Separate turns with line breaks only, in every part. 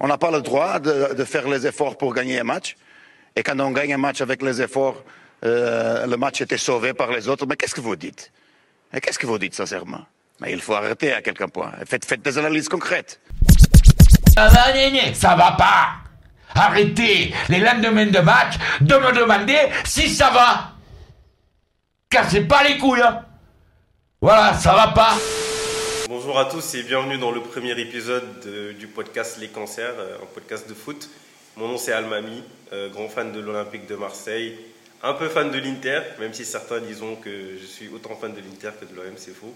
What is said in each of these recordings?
On n'a pas le droit de, de, faire les efforts pour gagner un match. Et quand on gagne un match avec les efforts, euh, le match était sauvé par les autres. Mais qu'est-ce que vous dites Et qu'est-ce que vous dites, sincèrement Mais il faut arrêter à quelqu'un point. Faites, faites des analyses concrètes.
Ça va, néné
Ça va pas Arrêtez les lendemains de match de me demander si ça va Cassez pas les couilles hein. Voilà, ça va pas
Bonjour à tous et bienvenue dans le premier épisode de- du podcast Les Cancers, euh, un podcast de foot. Mon nom c'est Almami, euh, grand fan de l'Olympique de Marseille, un peu fan de l'Inter, même si certains disons que je suis autant fan de l'Inter que de l'OM, c'est faux.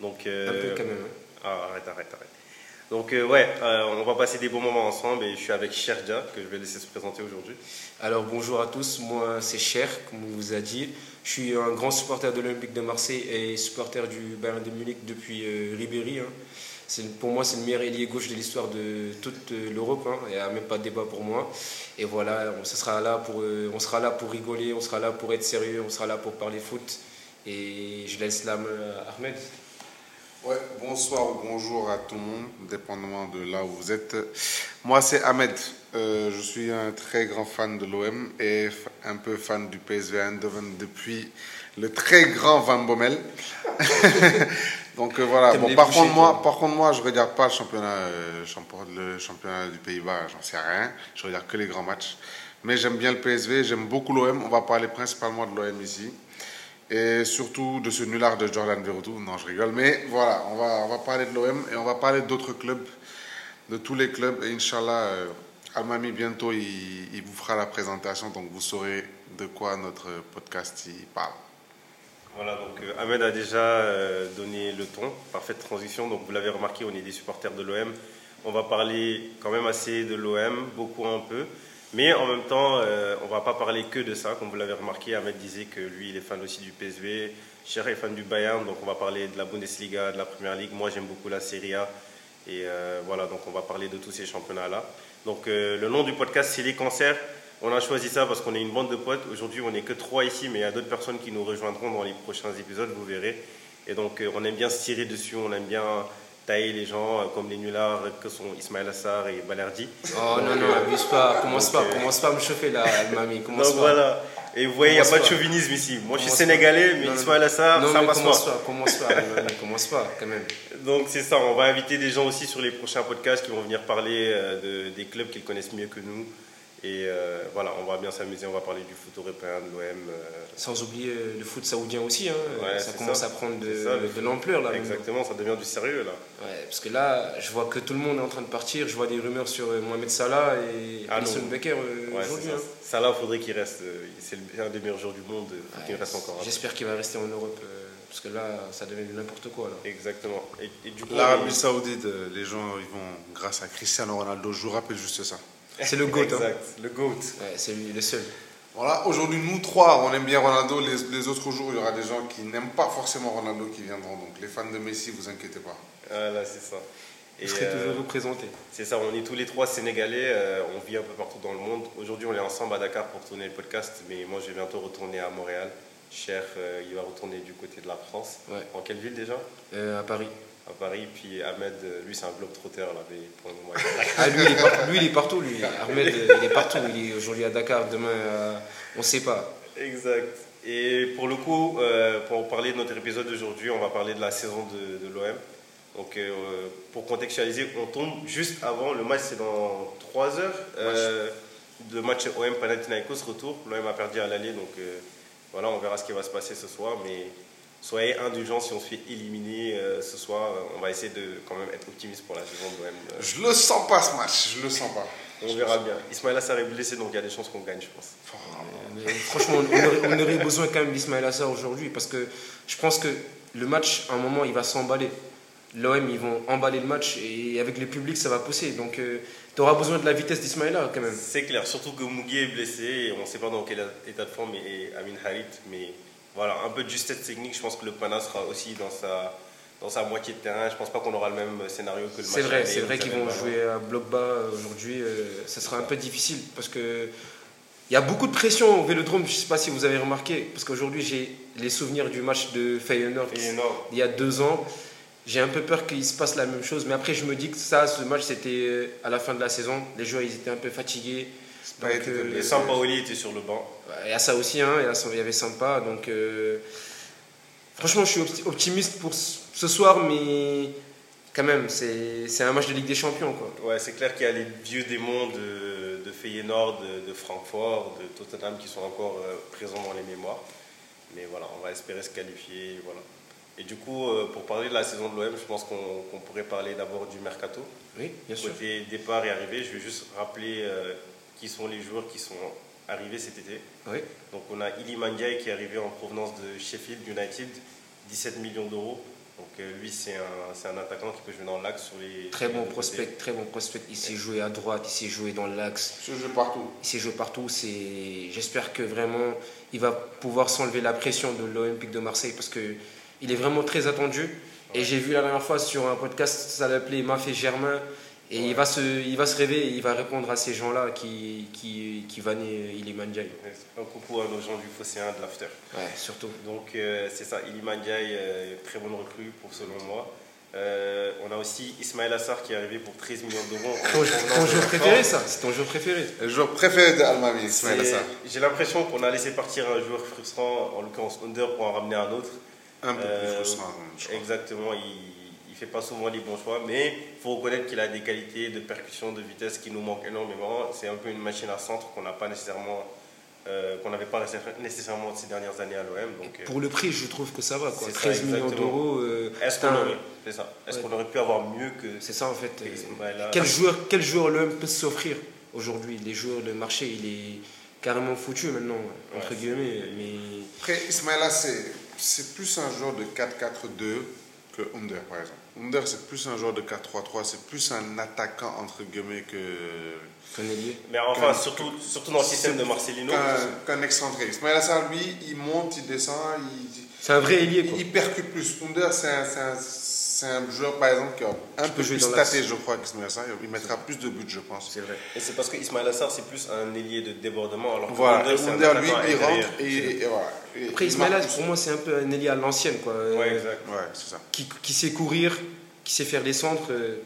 Donc, euh,
Un peu quand même. hein.
ah, arrête, arrête, arrête. Donc euh, ouais, euh, on va passer des bons moments ensemble et je suis avec Sherja que je vais laisser se présenter aujourd'hui.
Alors bonjour à tous, moi c'est Cher, comme on vous a dit. Je suis un grand supporter de l'Olympique de Marseille et supporter du Bayern de Munich depuis euh, Ribéry. hein. C'est- Pour moi, c'est le meilleur ailier gauche de l'histoire de toute euh, l'Europe. hein. Il n'y a même pas de débat pour moi. Et voilà, on, ce sera là pour, euh, on sera là pour rigoler, on sera là pour être sérieux, on sera là pour parler foot. Et je laisse la main à Ahmed.
Ouais, bonsoir ou bonjour à tout le monde, dépendamment de là où vous êtes. Moi, c'est Ahmed. Euh, je suis un très grand fan de l'OM et f- un peu fan du PSV Eindhoven depuis le très grand Van Bommel. Donc euh, voilà.
T'aimes
Bon,
les
par
bouchées,
contre moi,
toi.
par contre moi, je regarde pas le championnat, euh, champion- le championnat du Pays-Bas. J'en sais rien. Je regarde que les grands matchs. Mais j'aime bien le PSV. J'aime beaucoup l'OM. On va parler principalement de l'OM ici. Et surtout de ce nulard de Jordan Veretout. Non, je rigole. Mais voilà, on va, on va parler de l'OM et on va parler d'autres clubs, de tous les clubs. Et Inch'Allah, euh, Almami, bientôt, il, il vous fera la présentation. Donc, vous saurez de quoi notre podcast il parle.
Voilà, donc euh, Ahmed a déjà euh, donné le ton, parfaite transition. Donc vous l'avez remarqué, on est des supporters de l'OM. On va parler quand même assez de l'OM, beaucoup un peu. Mais en même temps, euh, on va pas parler que de ça. Comme vous l'avez remarqué, Ahmed disait que lui, il est fan aussi du PSV. Cher est fan du Bayern, donc on va parler de la Bundesliga, de la Première Ligue. Moi, j'aime beaucoup la Serie A. Et euh, voilà, donc on va parler de tous ces championnats-là. Donc euh, le nom du podcast, c'est Les Cancers. On a choisi ça parce qu'on est une bande de potes. Aujourd'hui, on n'est que trois ici, mais il y a d'autres personnes qui nous rejoindront dans les prochains épisodes, vous verrez. Et donc, euh, on aime bien se tirer dessus, on aime bien tailler les gens euh, comme les nullards que sont Ismaël Assar et Balardi.
Oh non, non, abuse pas, commence pas,
Ok.
commence pas à me chauffer là, mamie, commence
Donc
pas.
voilà. Et vous voyez, il n'y a
Commence
pas de
pas.
chauvinisme ici. Moi, je suis
Commence
sénégalais,
pas.
mais
Non, non,
Ismaël Assar,
non,
ça
mais
passe
commence
pas.
pas, commence pas, non, mais commence pas, quand même.
Donc c'est ça, on va inviter des gens aussi sur les prochains podcasts qui vont venir parler euh, de- des clubs qu'ils connaissent mieux que nous. Et euh, voilà, on va bien s'amuser, on va parler du foot européen, de l'OM. euh,
Sans oublier euh, le foot saoudien aussi, hein,
Ouais,
ça
c'est
commence
ça.
à prendre de,
C'est ça, le
de l'ampleur là. maintenant.
Exactement, ça devient du sérieux là.
Ouais, parce que là, je vois que tout le monde est en train de partir, je vois des rumeurs sur euh, Mohamed Salah et
Ah non.
Alison Becker euh,
Ouais, c'est
aujourd'hui.
ça.
hein.
Ça, là, faudrait qu'il reste. euh, C'est le- un des meilleurs joueurs du monde. euh, faut
Ouais,
qu'il reste encore. un peu.
J'espère qu'il va rester en Europe, euh, parce que là, ça devient n'importe quoi là.
Exactement. Et, et du coup,
L'Arabie
on-
Saoudite, euh, les gens, ils vont grâce à Cristiano Ronaldo. Je vous rappelle juste ça.
C'est le GOAT, hein.
Exact, le GOAT.
Ouais, c'est lui le seul.
Voilà, aujourd'hui, nous trois, on aime bien Ronaldo. Les, les autres jours, il y aura des gens qui n'aiment pas forcément Ronaldo qui viendront. Donc, les fans de Messi, vous inquiétez pas.
Voilà, Ah, c'est ça. Et,
Je serai
euh,
toujours représenté.
C'est ça, on est tous les trois Sénégalais, euh, on vit un peu partout dans le monde. Aujourd'hui, on est ensemble à Dakar pour tourner le podcast, mais moi, je vais bientôt retourner à Montréal. Cher, euh, il va retourner du côté de la France.
Ouais.
En quelle ville déjà
Euh, à Paris.
À Paris. Puis Ahmed, euh, lui, c'est un globe trotteur là, mais pour le moment. il-
Ah, lui, il est partout, lui, il est partout, lui. Ahmed, euh, il est partout. Il est aujourd'hui à Dakar, demain, euh, on sait pas.
Exact. Et pour le coup, euh, pour parler de notre épisode d'aujourd'hui, on va parler de la saison de, de l'OM. Donc, euh, pour contextualiser, on tombe juste avant le match, c'est dans 3 heures. euh, le match OM Panathinaikos retour. L'OM a perdu à l'aller, donc euh, voilà, on verra ce qui va se passer ce soir. Mais soyez indulgents si on se fait éliminer euh, ce soir. On va essayer de quand même être optimiste pour la saison de l'OM. Euh,
Je le sens pas ce match, je le sens pas.
on verra bien. Ismaël Assar est blessé, donc il y a des chances qu'on gagne, je pense.
Mais Euh, franchement, on aurait, on aurait besoin quand même d'Ismaël Assar aujourd'hui parce que je pense que le match, à un moment, il va s'emballer. L'OM, ils vont emballer le match et avec le public, ça va pousser. Donc, tu auras besoin de la vitesse d'Ismaël quand même.
C'est clair, surtout que Mouguet est blessé et on ne sait pas dans quel état de forme est Amin Harit. Mais voilà, un peu de justesse technique, je pense que le Pana sera aussi dans sa, dans sa moitié de terrain. Je pense pas qu'on aura le même scénario que le match.
C'est vrai,
aller,
c'est
vous
vrai qu'ils
savez
vont
pas.
jouer à bloc bas euh, aujourd'hui. euh, ça sera un peu difficile parce que il y a beaucoup de pression au Vélodrome. Je sais pas si vous avez remarqué parce qu'aujourd'hui j'ai les souvenirs du match de Feyenoord
Et non,
il y a deux ans. J'ai un peu peur qu'il se passe la même chose, mais après je me dis que ça, ce match, c'était euh, à la fin de la saison. Les joueurs, ils étaient un peu fatigués.
pas
Donc,
été
euh,
de
Et Sampaoli était sur le banc.
il y a ça aussi, hein, il y a ça- il y avait Sampa. Donc, euh, franchement, je suis opti- optimiste pour ce ce soir, mais quand même, c'est c'est un match de Ligue des Champions. Quoi.
Ouais, c'est clair qu'il y a les vieux démons de, de Feyenoord, de, de Francfort, de Tottenham qui sont encore euh, présents dans les mémoires. Mais voilà, on va espérer se qualifier. Voilà. Et du coup, euh, pour parler de la saison de l'OM, je pense qu'on qu'on pourrait parler d'abord du mercato.
Oui, bien sûr.
Côté départ et arrivée, je vais juste rappeler euh, qui sont les joueurs qui sont arrivés cet été.
Oui.
Donc on a Ili Mangai qui est arrivé en provenance de Sheffield United, 17 millions d'euros. Donc euh, lui, c'est un, c'est un attaquant qui peut jouer dans l'axe sur les.
Très
sur les
bon
deux
prospect,
côtés.
très bon prospect. Il s'est joué à droite, il s'est joué dans l'axe.
Ce jeu partout.
Il s'est joué partout. C'est, j'espère que vraiment il va pouvoir s'enlever la pression de l'Olympique de Marseille parce que il est vraiment très attendu. Et j'ai vu la dernière fois sur un podcast, ça l'appelait Mafé Germain. Et il, va se, il va se rêver, il va répondre à ces gens-là qui, qui, qui vannaient Iliman Ndiaye.
Un coucou à nos gens du Phocéen de l'After.
Ouais, surtout.
Donc euh, c'est ça, Ili Mandiaye, euh, très bonne recrue pour selon moi. Euh, on a aussi Ismaël Assar qui est arrivé pour 13 millions d'euros. en
Ton,
provenance
ton
de
joueur
la
préféré,
France.
ça C'est ton joueur préféré.
Le joueur préféré de Almami, Ismaël
C'est-
Assar.
J'ai l'impression qu'on a laissé partir un joueur frustrant, en l'occurrence Under, pour en ramener un autre.
Un peu plus
Euh,
frustrant, je crois.
Exactement, il ne fait pas souvent les bons choix, mais il faut reconnaître qu'il a des qualités de percussion, de vitesse qui nous manquent énormément. C'est un peu une machine à centre qu'on n'a pas nécessairement, euh, qu'on n'avait pas nécessairement ces dernières années à l'OM. Donc, euh,
Pour le prix, je trouve que ça va. Quoi.
C'est ça,
13 millions
exactement.
d'euros. euh,
est-ce
c'est
qu'on
un-
aurait, c'est ça. Est-ce
Ouais.
qu'on aurait pu avoir mieux que
C'est ça en fait.
Et
euh,
Ismaïla-
Quel joueur, quel joueur l'OM peut s'offrir aujourd'hui Les joueurs, le marché, il est carrément foutu maintenant, entre
Ouais.
guillemets. Mais
Après, Ismaïla, c'est, c'est plus un joueur de 4-4-2 que Under, par exemple. Under, c'est plus un joueur de 4-3-3, c'est plus un attaquant, entre guillemets, que,
qu'en ailier.
Mais enfin,
Qu'un-
surtout, surtout dans le système de Marcelino.
qu'un, qu'un excentré. Ismaïla Sarr, lui, il monte, il descend, il,
C'est un vrai ailier quoi.
il percute plus. Under, c'est un, c'est un- c'est un joueur, par exemple, qui a un
peux
peu
jouer
plus
dans l'axe.
tâté, je crois, qu'Ismaïla Sarr. Il mettra plus de buts, je pense.
C'est vrai.
Et c'est parce que Ismail Assar, c'est plus un ailier de débordement, alors que
Voilà,
Under, c'est un
Under, lui,
attaquant
il
intérieur.
rentre et, et voilà. Et
Après
il
Ismaïla,
marque plus.
pour moi, c'est un peu un ailier à l'ancienne quoi. euh,
Ouais, exact.
Ouais, c'est ça.
qui, qui sait courir, qui sait faire des centres. euh,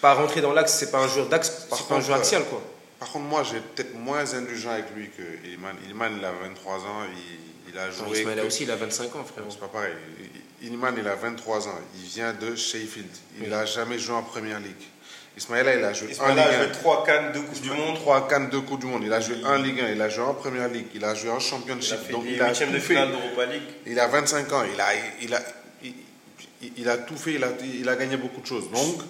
pas rentrer dans l'axe, c'est pas un joueur d'axe,
Par
c'est pas un
contre,
joueur
euh,
axial quoi.
Par contre, moi, j'ai peut-être moins indulgent avec lui que Ilman. Ilman, il a 23 ans, il, il a
Attends,
joué.
Ismaïla
que-
aussi, il a 25 ans frérot.
C'est pas pareil. Ilman, il a 23 ans, il vient de Sheffield. Il n'a jamais joué en première ligue. Ismaïla, il a joué
Ismail a
en
joué
Ligue
trois cannes, deux Coupes du
1.
Monde.
3 cannes, 2 Coupes du Monde. Il a joué
Il-
en Ligue 1, il a joué en première ligue, il a joué en
Il a
championship.
fait
Donc,
des
il a
huitièmes de
tout fait.
finale d'Europa League.
Il a 25 ans, il a, il a, il, il- il a tout fait, il a, il a gagné beaucoup de choses. Donc,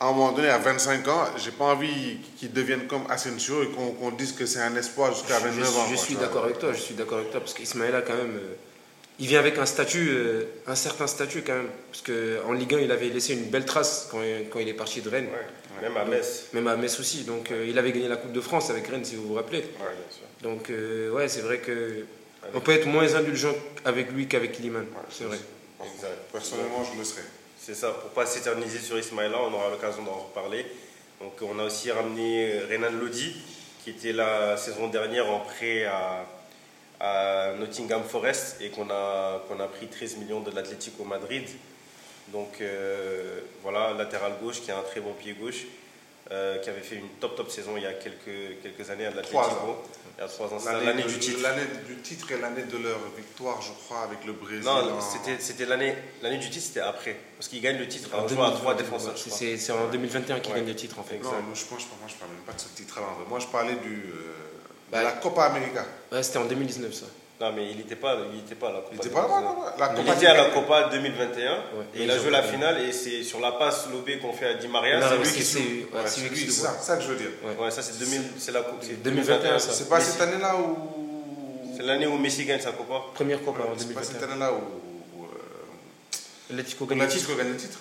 à un moment donné, à 25 ans, j'ai pas envie qu'il devienne comme Asensio et qu'on qu'on dise que c'est un espoir jusqu'à
Je,
29 ans.
je
quoi,
suis
tu vois.
d'accord avec toi, je suis d'accord avec toi, parce qu'Ismaïla, quand même, euh, il vient avec un statut, euh, un certain statut quand même, parce qu'en Ligue 1, il avait laissé une belle trace quand, quand il est parti de Rennes,
Ouais, Même à Metz.
même à Metz aussi, donc euh, il avait gagné la Coupe de France avec Rennes, si vous vous rappelez.
Ouais, bien sûr.
Donc, euh, ouais, c'est vrai que on peut être moins indulgent avec lui qu'avec Liman, c'est vrai.
Exact.
Personnellement, je le serais.
C'est ça, pour pas s'éterniser sur Ismaïla, on aura l'occasion d'en reparler. Donc on a aussi ramené euh, Renan Lodi, qui était la saison dernière en prêt à, à Nottingham Forest et qu'on a, qu'on a pris 13 millions de l'Atlético Madrid. Donc euh, voilà, latéral gauche qui a un très bon pied gauche, euh, qui avait fait une top top saison il y a quelques, quelques années à l'Atlético.
Trois ans.
Il y a trois ans, c'est
L'année
l'année
de-
du titre.
L'année du titre et l'année de leur victoire, je crois, avec le Brésil.
Non,
en-
c'était c'était l'année l'année du titre, c'était après. Parce qu'il gagne le titre en
En
jouant à
2020,
trois défenseurs. je
c'est-
crois.
C'est c'est en 2021 qu'il gagne le titre en fait.
Non, moi, je pense, moi, je parlais même pas de ce titre-là. en vrai. Moi, je parlais du, euh,
Bah,
de la Copa América.
Ouais, c'était en 2019 ça.
Non, mais il n'était pas, il était pas à la Copa.
Il était pas là, non, non, la
Il
Copa
était à la
América.
Copa 2021 et
mais
il a
ils
joué
ont
la
pas-
finale et c'est sur la passe lobée qu'on fait à Di
Non,
Maria,
non,
c'est lui
c'est-
qui
c'est-
joue.
ouais,
Ouais,
c'est lui qui
c'est
joue.
ça, ça que je veux dire.
Ouais, ça c'est 2000, c'est la coupe. c'est
2021, ça.
C'est pas
Messi-
cette année-là où.
C'est l'année où Messi gagne sa Copa.
Première Copa en
C'est pas cette
2021.
année-là où. où, euh,
L'Atlético
où
gagne
la
le titre.
titre gagne le titre.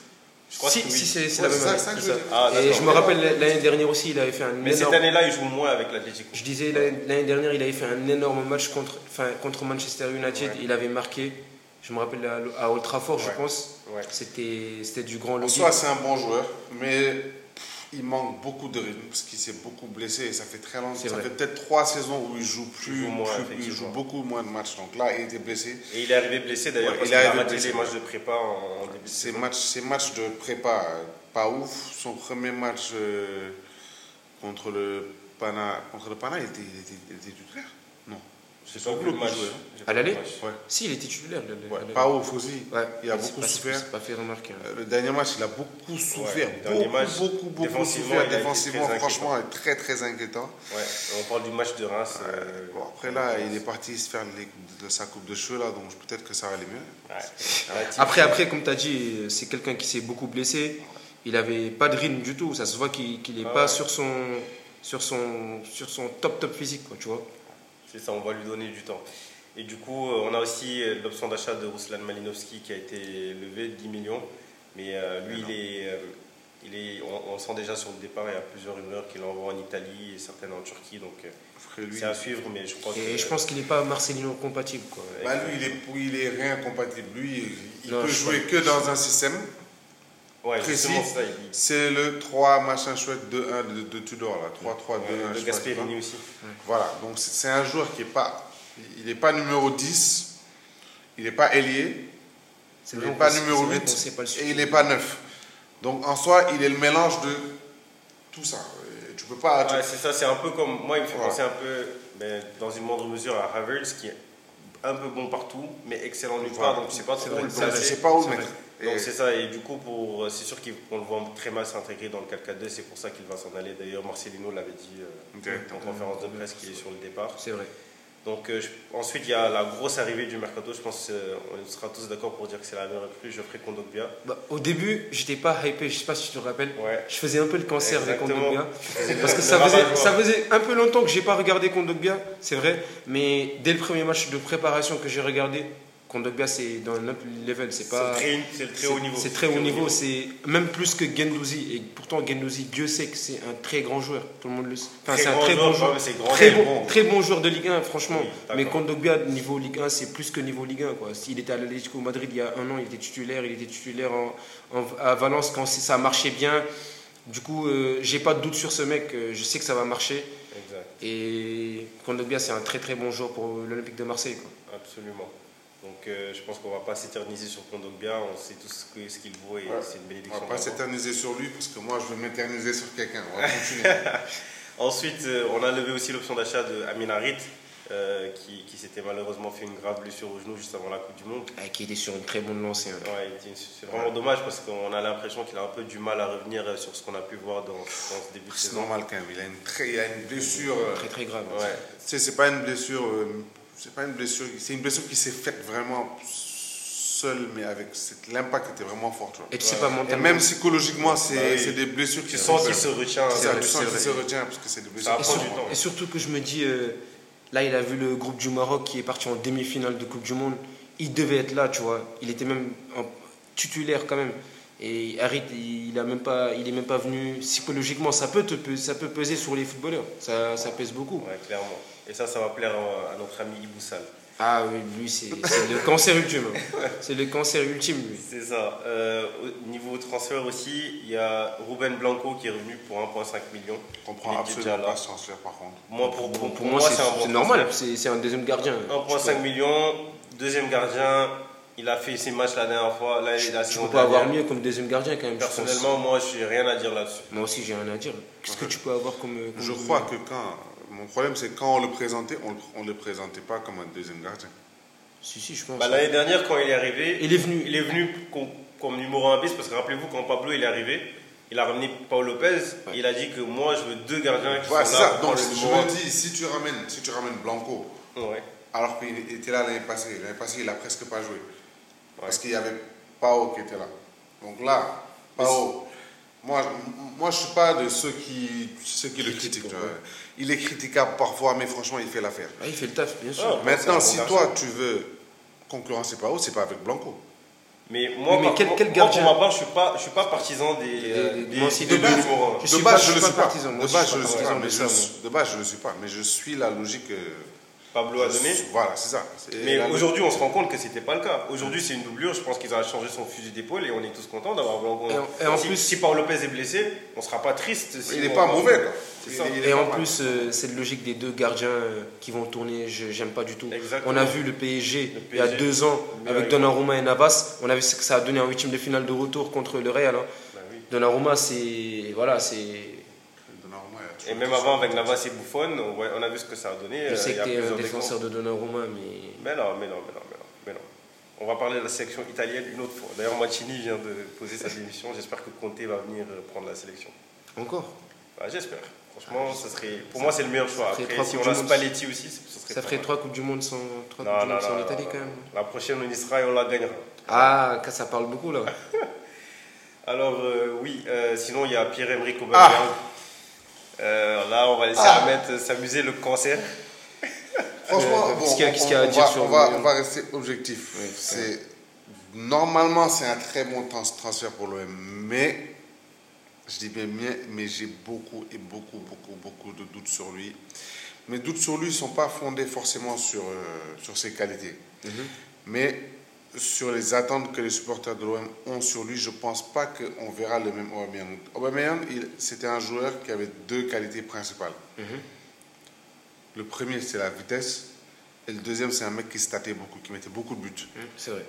Je crois
si,
que oui.
si, c'est c'est
Ouais,
la même
c'est ça,
année.
ça que
c'est
je
ça.
veux dire.
Ah,
Et je
d'accord.
me rappelle l'année dernière aussi, il avait fait un
Mais cette
énorme.
année-là, il joue moins avec l'Atlético.
Je disais l'année l'année dernière, il avait fait un énorme match contre, enfin, contre Manchester United. Il avait marqué. Je me rappelle à, à Old Trafford, je pense.
Ouais.
C'était c'était du grand
En
logique.
soi, c'est un bon joueur, mais pff, il manque beaucoup de rythme parce qu'il s'est beaucoup blessé et ça fait très longtemps.
C'est
Ça
vrai.
fait peut-être trois saisons où il joue plus,
joue moins,
plus- il
effectivement.
joue beaucoup moins de matchs. Donc là, il était blessé.
Et il est arrivé blessé d'ailleurs,
Ouais,
parce
il
qu'il
est
a
arrivé
raté
blessé,
les
ouais.
matchs de prépa en, en début de
Ces
saison.
matchs, ces matchs de prépa, euh, pas ouf. Son premier match euh, contre le Pana, contre le Pana, il était, il était, il était titulaire Non.
C'est
pas
pas
beaucoup
le match.
joué.
J'ai
hein. À
pas vu
l'aller
le match.
Ouais.
Si, il est titulaire. le- le-
Ouais,
le-
pas ouf aussi.
Ouais.
Il a
C'est
beaucoup
pas-
souffert.
C'est pas fait remarquer. hein.
Euh, Le dernier match, il a beaucoup souffert.
Ouais, le dernier
beaucoup,
match,
beaucoup, beaucoup,
défensivement, il a
souffert.
été
Défensivement,
très
franchement, est très, très inquiétant.
Ouais, on parle du match de Reims. euh,
Bon, après, là, il est parti se faire les- de sa coupe de cheveux, là, donc peut-être que ça va aller mieux.
ouais.
Après, après, comme tu as dit, euh, c'est quelqu'un qui s'est beaucoup blessé. Il n'avait pas de rythme du tout. Ça se voit qu'il n'est
Ah
pas
ouais.
sur, son, sur, son, sur son top top physique, quoi, tu vois.
C'est ça, on va lui donner du temps. Et du coup, euh, on a aussi euh, l'option d'achat de Ruslan Malinowski qui a été levée de 10 millions. Mais euh, lui, il est, euh, il est, on, on le sent déjà sur le départ. Il y a plusieurs rumeurs qu'il envoie en Italie et certaines en Turquie. Donc euh,
Après, lui,
c'est à suivre, mais je crois que. euh,
Et je pense qu'il n'est pas Marcelino compatible, quoi.
bah, lui, il est, il est rien compatible. Lui, il
Non,
peut
je
jouer que dans un système.
Ouais,
précis.
justement, ça, il-
C'est le 3 machin chouette 2-1 de, de Tudor, là. 3-3-2-1.
Ouais,
je
euh, de
sais pas
Gasperini
quoi.
aussi.
Voilà, donc c'est c'est un joueur qui n'est pas. Il n'est pas numéro 10, il n'est pas ailier, il n'est
vrai
pas
qu'on- c'est
numéro
vrai
8
qu'on sait pas le
et
suivre.
il n'est pas 9. Donc en soi, il est le mélange de tout ça. Euh, Tu peux pas. tu-
Ouais, c'est ça, c'est un peu comme. Moi, il me fait
Voilà.
penser un peu, mais dans une moindre mesure, à Havertz qui est un peu bon partout, mais excellent nulle part.
Voilà.
Donc, tu sais pas trop où le
Donc, je
placer.
sais pas où le mettre.
Donc
Et-
c'est ça, et du coup, pour, c'est sûr qu'on le voit très mal s'intégrer dans le 4-4-2, c'est pour ça qu'il va s'en aller. D'ailleurs, Marcelino l'avait dit euh,
Directement.
en conférence de presse qu'il est sur le départ.
C'est vrai.
Donc euh, je- ensuite, il y a la grosse arrivée du Mercato, je pense qu'on sera tous d'accord pour dire que c'est la meilleure recrue, Geoffrey Kondogbia.
Bah, au début, j'étais pas hypé, je sais pas si tu te rappelles.
Ouais.
Je faisais un peu le cancer
Exactement.
des Kondogbia. Parce que
Le
ça faisait,
rabat-joie.
ça faisait un peu longtemps que j'ai pas regardé Kondogbia, c'est vrai. Mais dès le premier match de préparation que j'ai regardé, Kondogbia c'est dans un autre level. C'est pas.
C'est le très- c'est le très haut niveau.
C'est très haut niveau, c'est même plus que Gendouzi. Et pourtant, Gendouzi, Dieu sait que c'est un très grand joueur. Tout le monde le sait. Enfin,
Très
c'est un
grand
très
joueur,
bon
quand
joueur.
même, c'est grand,
Très
mais
bon,
bon.
très bon joueur de Ligue 1, franchement.
Oui, d'accord.
mais Kondogbia, niveau Ligue 1, c'est plus que niveau Ligue 1. Quoi. Il était à l'Atlético Madrid il y a un an, il était titulaire, il était titulaire en- en- à Valence quand c'est- ça marchait bien. Du coup, euh, j'ai pas de doute sur ce mec. euh, je sais que ça va marcher.
Exact.
Et Kondogbia, c'est un très très bon joueur pour l'Olympique de Marseille. quoi.
Absolument. Donc euh, je pense qu'on va pas s'éterniser sur Kondogbia, on sait tous ce que- ce qu'il vaut et
Ouais.
c'est une
On va
bénédiction.
pas
d'avoir.
s'éterniser sur lui parce que moi je veux m'éterniser sur quelqu'un. On va continuer.
Ensuite, euh, on a levé aussi l'option d'achat de Amin Harit, euh, qui, qui s'était malheureusement fait une grave blessure au genou juste avant la Coupe du Monde.
Ah, qui était sur une très bonne lancée. hein.
Ouais, il dit- c'est vraiment dommage parce qu'on a l'impression qu'il a un peu du mal à revenir euh, sur ce qu'on a pu voir dans, dans ce début de
C'est
saison.
normal quand même. Il a une, très- il a une blessure. euh,
Très très grave.
Ouais.
Tu sais, c'est pas une blessure. euh, c'est pas une blessure. C'est une blessure qui s'est faite vraiment seule, mais avec cette- l'impact était vraiment fort. tu vois.
Et tu sais pas
Et
mentalement.
même psychologiquement, c'est
Bah oui.
c'est des blessures qui
Tu
sont.
sens qu'il se retient. hein.
C'est ça,
vrai,
tu sens
c'est
qu'il
vrai.
se retient parce que c'est des
Ça
blessures.
va
Et,
prendre
surtout-
du temps.
et surtout que je me dis, euh, là, il a vu le groupe du Maroc qui est parti en demi-finale de Coupe du Monde. Il devait être là, tu vois. Il était même en titulaire quand même. Et Harit, il n'est même, pas- il est même pas venu psychologiquement. Ça peut, te, pe- ça peut peser sur les footballeurs. Ça, ça pèse beaucoup.
Ouais, clairement. Et ça, ça va plaire euh, à notre ami Iboussal.
Ah oui, lui, c'est c'est le cancer ultime. C'est le cancer ultime, lui.
C'est ça. Euh, au niveau transfert aussi, il y a Ruben Blanco qui est revenu pour 1,5 million.
Je
Il
comprends
était déjà
absolument
là.
pas ce transfert par contre.
Moi, pour, pour-
Pour,
pour
moi, c'est
un bon
c'est normal. C'est c'est un deuxième gardien. Tu
1,5
peux-
million, deuxième gardien, il a fait ses matchs la dernière fois, là, la
Tu
saison
peux pas
dernière.
avoir mieux comme deuxième gardien quand même. je pense.
Personnellement, moi, je n'ai rien à dire là-dessus.
Moi aussi, j'ai rien à dire. Qu'est-ce que tu peux avoir comme. euh, comme-
Je crois que quand. Mon problème, c'est quand on le présentait, on le- on le présentait pas comme un deuxième gardien.
Si, si, je pense.
Bah, L'année dernière, quand il est arrivé,
Il est venu.
il est venu com- comme numéro 1 bis, parce que rappelez-vous, quand Pablo il est arrivé, il a ramené Paul Lopez, et il a dit que moi, je veux deux gardiens qui
Voilà,
sont
c'est
là
ça.
pour
Donc,
prendre le
je
numéro
me dis, si tu ramènes, si tu ramènes Blanco,
un. Ouais.
alors qu'il était là l'année passée, l'année passée, il a presque pas joué. Parce qu'il y avait Pao qui était là. Donc là, Pao, moi, moi je suis pas de ceux qui, ceux qui le
Critique,
critiquent. tu
ouais.
vois. Il est critiquable parfois, mais franchement, il fait l'affaire.
Ah, il fait le taf, bien sûr.
Ah,
Maintenant, si
c'est un bon
toi, tu veux concurrencer Pao, c'est pas avec Blanco.
Mais moi,
Oui, mais
par-
quel-
moi-
quel
moi,
gardien
pour ma part, je suis pas, je suis pas partisan des, euh,
Des- des-
des,
moi aussi,
des
de
deux
base.
numéros un.
Je
de
suis
base,
pas-
je
je
ne
suis
le
pas
suis pas.
partisan, moi
De
aussi,
base,
je
je
suis
le
pas
suis pas.
partisan de
mais
ça,
je- De base, je le suis pas. Mais je suis la logique. euh,
Pablo a donné.
Voilà, c'est ça. Et
Mais
là, le-
aujourd'hui, on se rend compte que c'était pas le cas. Aujourd'hui, c'est une doublure. Je pense qu'ils ont changé son fusil d'épaule et on est tous contents d'avoir.
Et en- et en
si,
plus-
si Paul Lopez est blessé, on sera pas triste. si
il n'est
on-
pas mauvais, quoi.
C'est
Il-
ça.
il est
Et
pas
en
mal.
plus, euh, cette logique des deux gardiens euh, qui vont tourner, je- j'aime pas du tout.
Exactement.
On a vu le PSG,
Le
il y a
PSG,
deux ans
le meilleur
avec Donnarumma et Navas. On a vu ce que ça a donné en huitième de finale de retour contre le Real. hein.
Bah oui.
Donnarumma, c'est voilà, c'est.
Donnarumma, il a toujours
Et même
été
avant,
sur-
avec Navas et Buffon, on voit- on a vu ce que ça a donné.
Je
euh,
sais
il y
que
a
t'es un
plusieurs
défenseur
exemples.
de Donnarumma, mais
Mais non, mais non, mais non, mais non, mais non. On va parler de la sélection italienne une autre fois. D'ailleurs, Mancini vient de poser sa démission. J'espère que Conte va venir euh, prendre la sélection.
encore.
Bah, J'espère.
Ah,
Franchement, ça serait, pour moi, c'est le meilleur choix.
ferait
Après,
trois
si
Coupes
on a
du Monde.
Spalletti aussi, ce serait
Ça
pas
ferait
mal.
trois coupes du monde sans trois
Non,
coupes du
non,
monde sans
non,
l'Italie
non,
quand
non.
même.
La prochaine, on y sera et on la gagnera.
Ah, ça parle beaucoup là.
Alors, euh, oui, euh, sinon, il y a Pierre-Emerick Aubameyang.
Ah.
Euh, là, on va laisser
Ah.
Ahmed euh, s'amuser le cancer.
Franchement,
Euh,
bon,
qu'est-ce qu'il y a-
on-
qu'est-ce qu'il y a à
on
dire
va-
sur
on va,
le-
on va rester objectif.
Oui, c'est
c'est normalement c'est un très bon trans- transfert pour l'OM, mais je dis bien mais, mais j'ai beaucoup et beaucoup beaucoup beaucoup de doutes sur lui. Mes doutes sur lui ne sont pas fondés forcément sur euh, sur ses qualités,
Mhm.
mais sur les attentes que les supporters de l'OM ont sur lui, je pense pas qu'on verra le même Aubameyang. Aubameyang, il- c'était un joueur qui avait deux qualités principales. Le premier, c'est la vitesse. Et le deuxième, c'est un mec qui se tâtait beaucoup, qui mettait beaucoup de buts.
C'est vrai.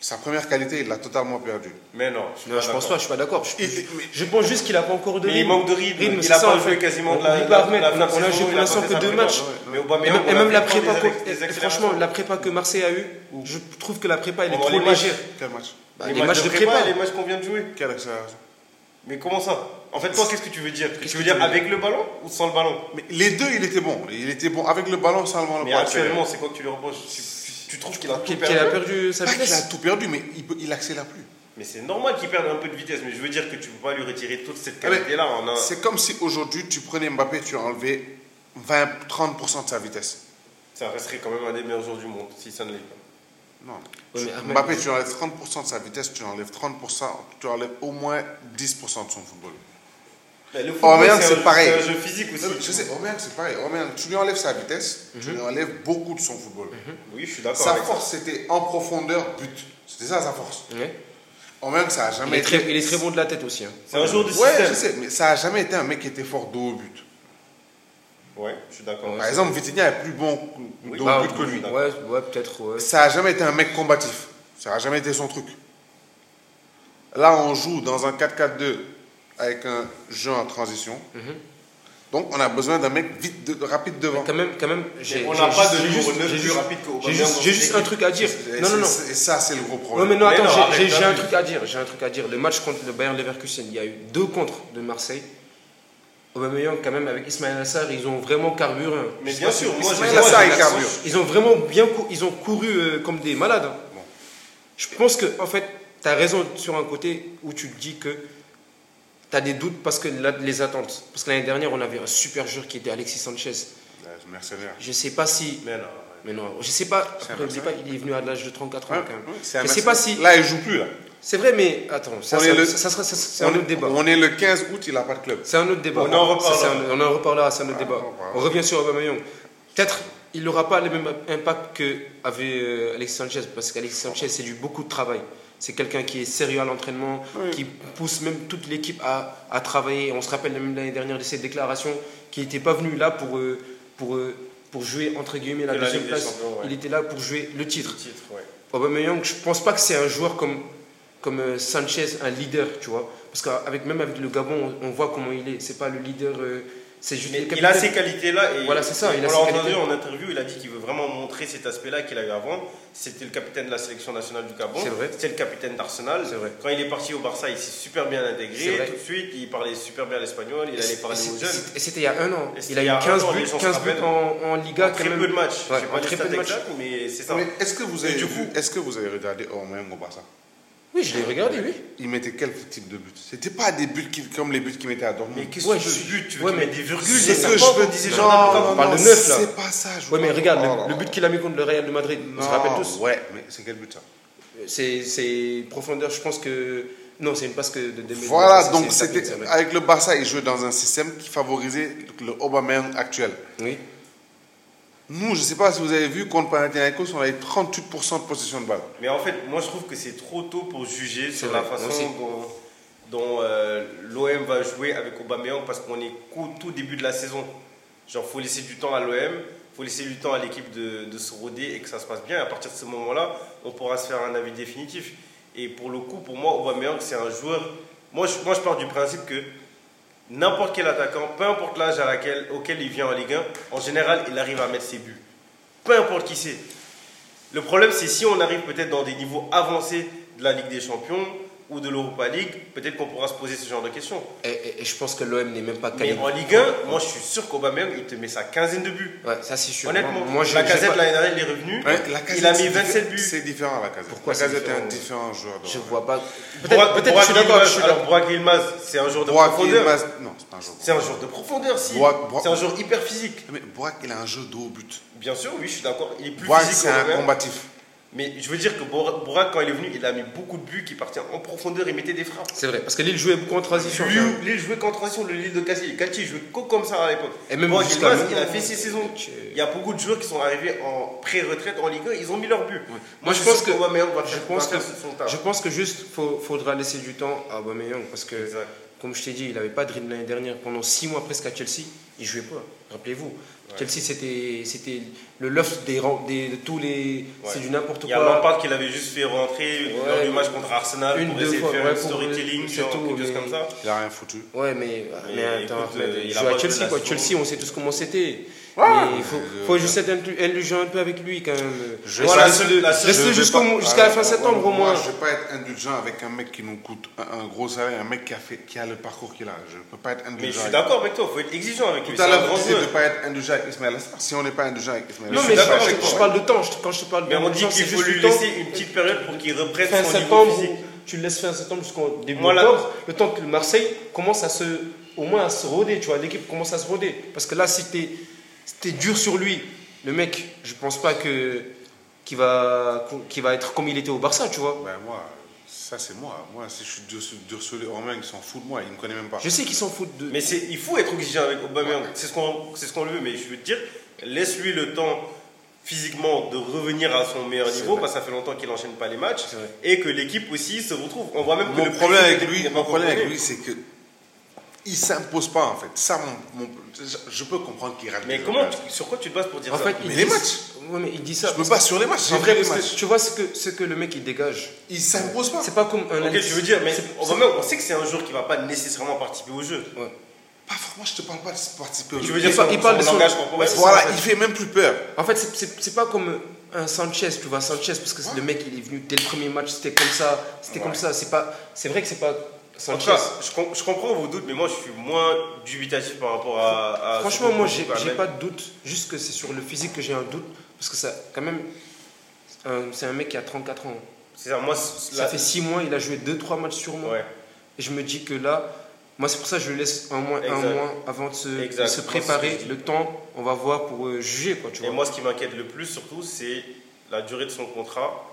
Sa première qualité, il l'a totalement perdue.
Mais non, je, suis
Non, je pense pas, je suis pas d'accord. Je,
Il-
je- je pense juste qu'il a pas encore de
Mais il
rythme.
manque de rythme.
Rythme,
il
c'est
a
ça,
pas
en
joué
fait.
quasiment
On
de la,
peut
de
pas
la-
remettre.
de la
On a
saison,
joué
il
pour
a
l'instant
pas
que
fait
deux
ça
matchs.
Mais
Et
Aubameyang,
même,
on
et
l'a
même la
fait prendre
prépa,
des acc-
qu'on-
des
et franchement,
accélérations.
la prépa que Marseille a eue, je trouve que la prépa elle est
Pendant
trop
les matchs.
légère.
Quel match
Bah, les matchs de prépa,
les matchs qu'on vient de jouer.
Quelle accélération
Mais comment ça En fait, toi, qu'est-ce que tu veux dire Que
Qu'est-ce
Tu veux
que
dire
tu veux
avec le ballon ou sans le ballon
Mais les deux, il était bon. Il était bon avec le ballon, sans le ballon.
Mais
pas
actuellement, c'est quoi que tu lui reproches tu, tu- tu trouves qu'il a tout
Qu'elle a
perdu
perdu sa
accéléré. Pas qu'il a
vitesse.
tout perdu, mais il, peut- il accélère plus.
Mais c'est normal qu'il perde un peu de vitesse. Mais je veux dire que tu peux pas lui retirer toute cette
Ah, mais
qualité-là. en un-
C'est comme si aujourd'hui, tu prenais Mbappé, tu as enlevé 20-30% de sa vitesse.
Ça resterait quand même un des meilleurs joueurs du monde si ça ne l'est pas.
Non.
Ouais, mais
Tu-
Ahmed-
Mbappé, tu enlèves 30% de sa vitesse, tu enlèves 30%, tu enlèves au moins 10% de son football.
Mais le
Oh, regarde,
un
c'est
jeu-
pareil.
C'est un jeu physique aussi.
Non, mais je sais, Aubameyang, c'est pareil. Aubameyang, tu lui enlèves sa vitesse,
Mhm.
tu lui enlèves beaucoup de son football.
Oui, je suis d'accord.
Sa
avec ça.
force, c'était en profondeur, but. C'était ça sa force.
Ouais.
Aubameyang, ça a
Il
jamais
est, très,
été...
il est très bon de la tête aussi. hein.
C'est un jour de
Ouais,
système.
je sais, mais ça a jamais été un mec qui était fort de haut but.
Ouais, je suis d'accord.
Par exemple, Vitinha est plus bon de
Oui,
haut
bah,
but que lui.
oui.
Ah, Ouais, ouais peut-être. ouais.
Ça a jamais été un mec combatif. Ça a jamais été son truc. Là, on joue dans un 4-4-2 avec un jeu en transition.
Mhm.
Donc, on a besoin d'un mec vite, de- rapide devant.
Quand même, quand même. j'ai-
on
j'ai
n'a pas
juste-
de
j'ai
numéro
juste-
neuf
j'ai
plus
juste-
rapide que Aubameyang
J'ai juste,
dans
j'ai
cette
juste un truc à dire.
Et
Non, non, non.
c'est- Et ça, c'est le gros
Ouais,
problème.
mais non,
Mais
attends,
non,
j'ai-
arrête,
j'ai j'ai un
t'as
truc à dire. J'ai un truc à dire. Le match contre le Bayern Leverkusen, il y a eu deux contres de Marseille. Aubameyang, quand même, avec Ismail Assar, ils ont vraiment carburé. hein.
Mais bien sûr, moi,
Ismaël
je vois-
Assar, il carbure.
Ils ont vraiment bien cou- ils ont couru euh, comme des malades. hein. Je pense que en fait, tu as raison sur un côté où tu te dis que tu as des doutes parce que là, les attentes. Parce que l'année dernière, on avait un super joueur qui était Alexis Sanchez.
Ouais, Mercenaire.
Je sais pas si
Mais non.
mais non, je sais pas,
C'est un
après, oublie pas il est venu à l'âge de 34 ans
Ouais,
quand même.
ouais, c'est un
je sais
mercenaire.
pas si
Là, il joue plus. Là.
c'est vrai mais attends, ça,
On
ça,
est le-
ça- ça sera ça- c'est
on,
un autre débat.
on est le 15 août, il n'a pas de club.
C'est un autre débat.
On en reparlera.
Ça, c'est un- on en reparlera, c'est un autre débat.
on reparlera.
On revient sur Aubameyang. Peut-être il n'aura pas le même impact que avait euh, Alexis Sanchez parce qu'Alexis Sanchez c'est du beaucoup de travail. C'est quelqu'un qui est sérieux à l'entraînement, qui pousse même toute l'équipe à, à travailler. On se rappelle même l'année dernière de ses déclarations qui n'était pas venu là pour euh, pour euh, pour jouer entre guillemets la
De la
deuxième
Ligue des
place.
Champions, ouais.
Il était là pour jouer le titre.
Titre, ouais.
Aubameyang, je pense pas que c'est un joueur comme, comme euh, Sanchez, un leader, tu vois. Parce qu'avec même avec le Gabon, on, on voit comment il est. C'est pas le leader, euh, c'est juste
Mais
le
il a
capitaine.
ces qualités-là et
Voilà, c'est ça, il a
on
ces
l'a entendu
qualités.
en interview, il a dit qu'il veut vraiment montrer cet aspect-là qu'il a eu avant. C'était le capitaine de la sélection nationale du Gabon,
C'est vrai.
c'était le capitaine d'Arsenal.
C'est vrai.
Quand il est parti au Barça, il s'est super bien
C'est
intégré
vrai.
tout de suite, il parlait super bien l'espagnol, il
Et
allait
c'est- et
parler aux
c'est-
jeunes.
c'est- et c'était il y a un an.
Et c'était
Il a
il y a
eu 15
un an, les
buts,
gens se
15 buts
rappellent.
en, en Liga. quand
Très
même.
peu de matchs,
Ouais,
j'ai
en
pas les
très
stats
peu de matchs.
exactes, mais c'est ça.
Mais est-ce que vous avez
Et du
vu-
coup-
est-ce que vous avez regardé Aubameyang au Barça
Oui, je l'ai regardé, oui.
Il mettait quel type de but C'était pas des buts qui- comme les buts qu'il mettait à Dortmund.
Mais qu'est-ce
Ouais,
que tu
je-
veux Tu veux
ouais,
qu'il
mais-
mette des virgules des
C'est ce que
serpents
je te disais,
Non,
genre,
non,
on parle de
non,
neuf, là.
C'est pas ça.
Ouais,
je vous
mais
parle.
regarde,
Oh là
le,
là.
le but qu'il a mis contre le Real de Madrid, on se
Non,
rappelle tous.
Ouais, mais c'est quel but ça
C'est, c'est profondeur, je pense que. Non, c'est une passe que de Dembélé.
Voilà,
C'est-
donc
c'est une
c'était
tapine, c'est vrai.
avec le Barça, il jouait dans un système qui favorisait le Aubameyang actuel.
Oui.
Nous, je ne sais pas si vous avez vu, contre Panathinaikos, on avait 38% de possession de balle.
Mais en fait, moi je trouve que c'est trop tôt pour juger sur la
vrai, moi
façon
aussi.
dont, dont, euh, l'OM va jouer avec Aubameyang parce qu'on est qu'au tout début de la saison. Genre, faut laisser du temps à l'OM, faut laisser du temps à l'équipe de, de se roder et que ça se passe bien. Et à partir de ce moment-là, on pourra se faire un avis définitif. Et pour le coup, pour moi, Aubameyang, c'est un joueur. Moi je, moi, je pars du principe que n'importe quel attaquant, peu importe l'âge à laquelle, auquel il vient en Ligue 1, en général, il arrive à mettre ses buts. Peu importe qui c'est. Le problème, c'est si on arrive peut-être dans des niveaux avancés de la Ligue des Champions ou de l'Europa League, peut-être qu'on pourra se poser ce genre de questions.
Et, et- et je pense que l'OM n'est même pas
Mais
qualifié.
en Ligue 1, moi je suis sûr qu'Aubameyang, il te met sa quinzaine de buts.
Ouais, ça c'est sûr.
Honnêtement,
moi je-
la
j'ai
casette
pas-
l'année dernière, il est revenu.
Ouais, la Casette,
il a mis
c'est diffé-
27 buts.
C'est différent, la casette.
Pourquoi
la
c'est
casette est un
différent
différent joueur.
Je vois pas.
Burak-
Peut-être peut-être que je suis
Burak
d'accord.
Yilmaz-
je suis
alors,
d'accord.
Burak Yilmaz, c'est un joueur de
Borak, il
profondeur.
mas- Non, c'est pas un joueur.
C'est un joueur de profondeur, si.
Burak- Burak-
C'est un joueur hyper physique.
Mais Borak, il a un jeu de haut but.
Bien sûr, oui, je suis d'accord. Il est plus
Borak,
physique
c'est
que
un
Aubameyang.
combatif.
Mais je veux dire que Bor- Burak, quand il est venu, il a mis beaucoup de buts qui partaient en profondeur et mettaient des frappes.
C'est vrai, parce que Lille jouait beaucoup en transition.
Lui, Lille jouait qu'en transition, le Lille de Cassie. Cathy jouait qu'au comme ça à l'époque.
Et même
Moi,
jusqu'à
Gilmas, il a
maintenant,
fait
euh,
ses saisons.
tu-
Il y a beaucoup de joueurs qui sont arrivés en pré-retraite en Ligue 1, ils ont mis leur but.
Moi, je pense que-
Aubameyang va
Je
faire-
pense, que,
va faire son taf.
je pense que juste faut- faudra laisser du temps à Aubameyang parce que,
Exact.
comme je t'ai dit, il n'avait pas de rythme l'année dernière. Pendant six mois presque à Chelsea, il jouait pas. Rappelez-vous, Chelsea c'était c'était le loft des, ran- des- de tous les,
Ouais.
c'est du n'importe
Il
quoi.
y a Lampard qui l'avait juste fait rentrer
Ouais,
lors du
mais-
match contre Arsenal
Une,
pour
deux
essayer
fois,
de faire
ouais,
un
pour-
storytelling,
c'est
genre
tout,
quelque chose
mais-
comme ça.
Il a rien foutu.
Ouais, mais, mais,
Mais
attends,
écoute,
Ahmed,
euh, il
il
a pas
joue à
joué
Chelsea,
la
quoi.
saison.
Chelsea, on sait tous comment c'était. mais il faut,
Euh,
faut juste être indulgent- indulgent un peu avec lui quand même.
Je-
Moi,
la
reste-
seule- la
reste
seule-
Je vais
jusqu'au
pas-
mo- jusqu'à la fin
Ah,
septembre au moins.
Moi, je ne vais pas être indulgent avec un mec qui nous coûte un, un gros salaire, un mec qui a, fait, qui a le parcours qu'il a. Je ne peux pas être indulgent.
Mais je suis
avec
d'accord avec toi, il faut être exigeant avec lui.
lui.
C'est
Tout à
un
l'heure,
grand
vous dites de
joueur.
ne pas être indulgent avec Ismaël Assar. Si on n'est pas indulgent avec Ismaël
Non,
suis
mais je,
Assar,
d'accord
je-
avec
je
toi.
parle de temps. Je- quand je te parle de
Mais on dit
temps, c'est
qu'il faut
juste
lui
du temps.
laisser une petite période pour qu'il reprenne
fin
son niveau
septembre,
physique.
tu le laisses fin septembre jusqu'au début
Moi, là-
octobre, le temps que le Marseille commence à se, au moins à se roder, tu vois, l'équipe commence à se roder. Parce que là, si t'es, si t'es dur sur lui, le mec, je pense pas que qu'il va, qu'il va être comme il était au Barça, tu vois.
Ben moi, ça c'est moi. Moi, si je suis dur, sur- dur sur les Romains, ils s'en foutent de moi, ils ne me connaissent même pas.
Je sais qu'ils s'en foutent de.
Mais c'est, il faut être exigeant avec Aubameyang. C'est ce qu'on, c'est ce qu'on le veut. Mais je veux te dire, laisse-lui le temps physiquement de revenir à son meilleur niveau parce que ça fait longtemps qu'il n'enchaîne pas les matchs
C'est vrai.
et que l'équipe aussi se retrouve. On voit même que
Mon
le
problème
pressing
avec
de l'équipe
lui,
n'est pas
mon problème avec
contrôlé.
lui, c'est que il s'impose pas en fait. Ça, mon- mon- je- je peux comprendre qu'il rate.
Mais
des
comment,
occasions.
tu- sur quoi tu te bases pour dire
en
ça
fait, ils
Mais
disent-
les matchs.
Ouais, mais ils disent ça.
Je me bats sur les matchs.
C'est
J'ai
vrai,
vrai les
parce que
matchs.
tu vois ce que, ce que le mec il dégage.
Il s'impose pas.
C'est pas comme un.
Ok,
Alex-
je veux dire, mais
c'est-
Aubameyang, on sait que c'est un joueur qui va pas nécessairement participer au jeu.
Ouais.
Pas moi, je te parle pas de participer. au
Je
jeu.
veux dire,
Il par-
son-
il parle de
son
son-
langage corporel.
c'est ça,
Voilà,
en fait.
il fait même plus peur.
En fait, c'est- c'est c'est pas comme un Sanchez, tu vois, Sanchez, parce que c'est le mec, il est venu dès le premier match, c'était comme ça, c'était comme ça, c'est pas, c'est vrai que c'est pas
En tout
Sanchez.
cas, je, com- je comprends vos doutes, mais moi je suis moins dubitatif par rapport à.
euh,
à-
Franchement,
à-
moi, j'ai
à-
j'ai pas de doute, juste que c'est sur le physique que j'ai un doute, parce que ça, quand même, euh, c'est un mec qui a 34 ans.
C'est ça, moi, c'est-
Ça
la-
fait 6 mois, il a joué 2-3 matchs sur moi.
Ouais.
Et je me dis que là, moi, c'est pour ça que je lui laisse un mois, un
Exact.
mois avant de se, de
Exact.
se
Moi, c'est ce que je
préparer,
dis.
le temps, on va voir pour euh, juger, quoi, tu
Et
vois.
moi, ce qui m'inquiète le plus, surtout, c'est la durée de son contrat.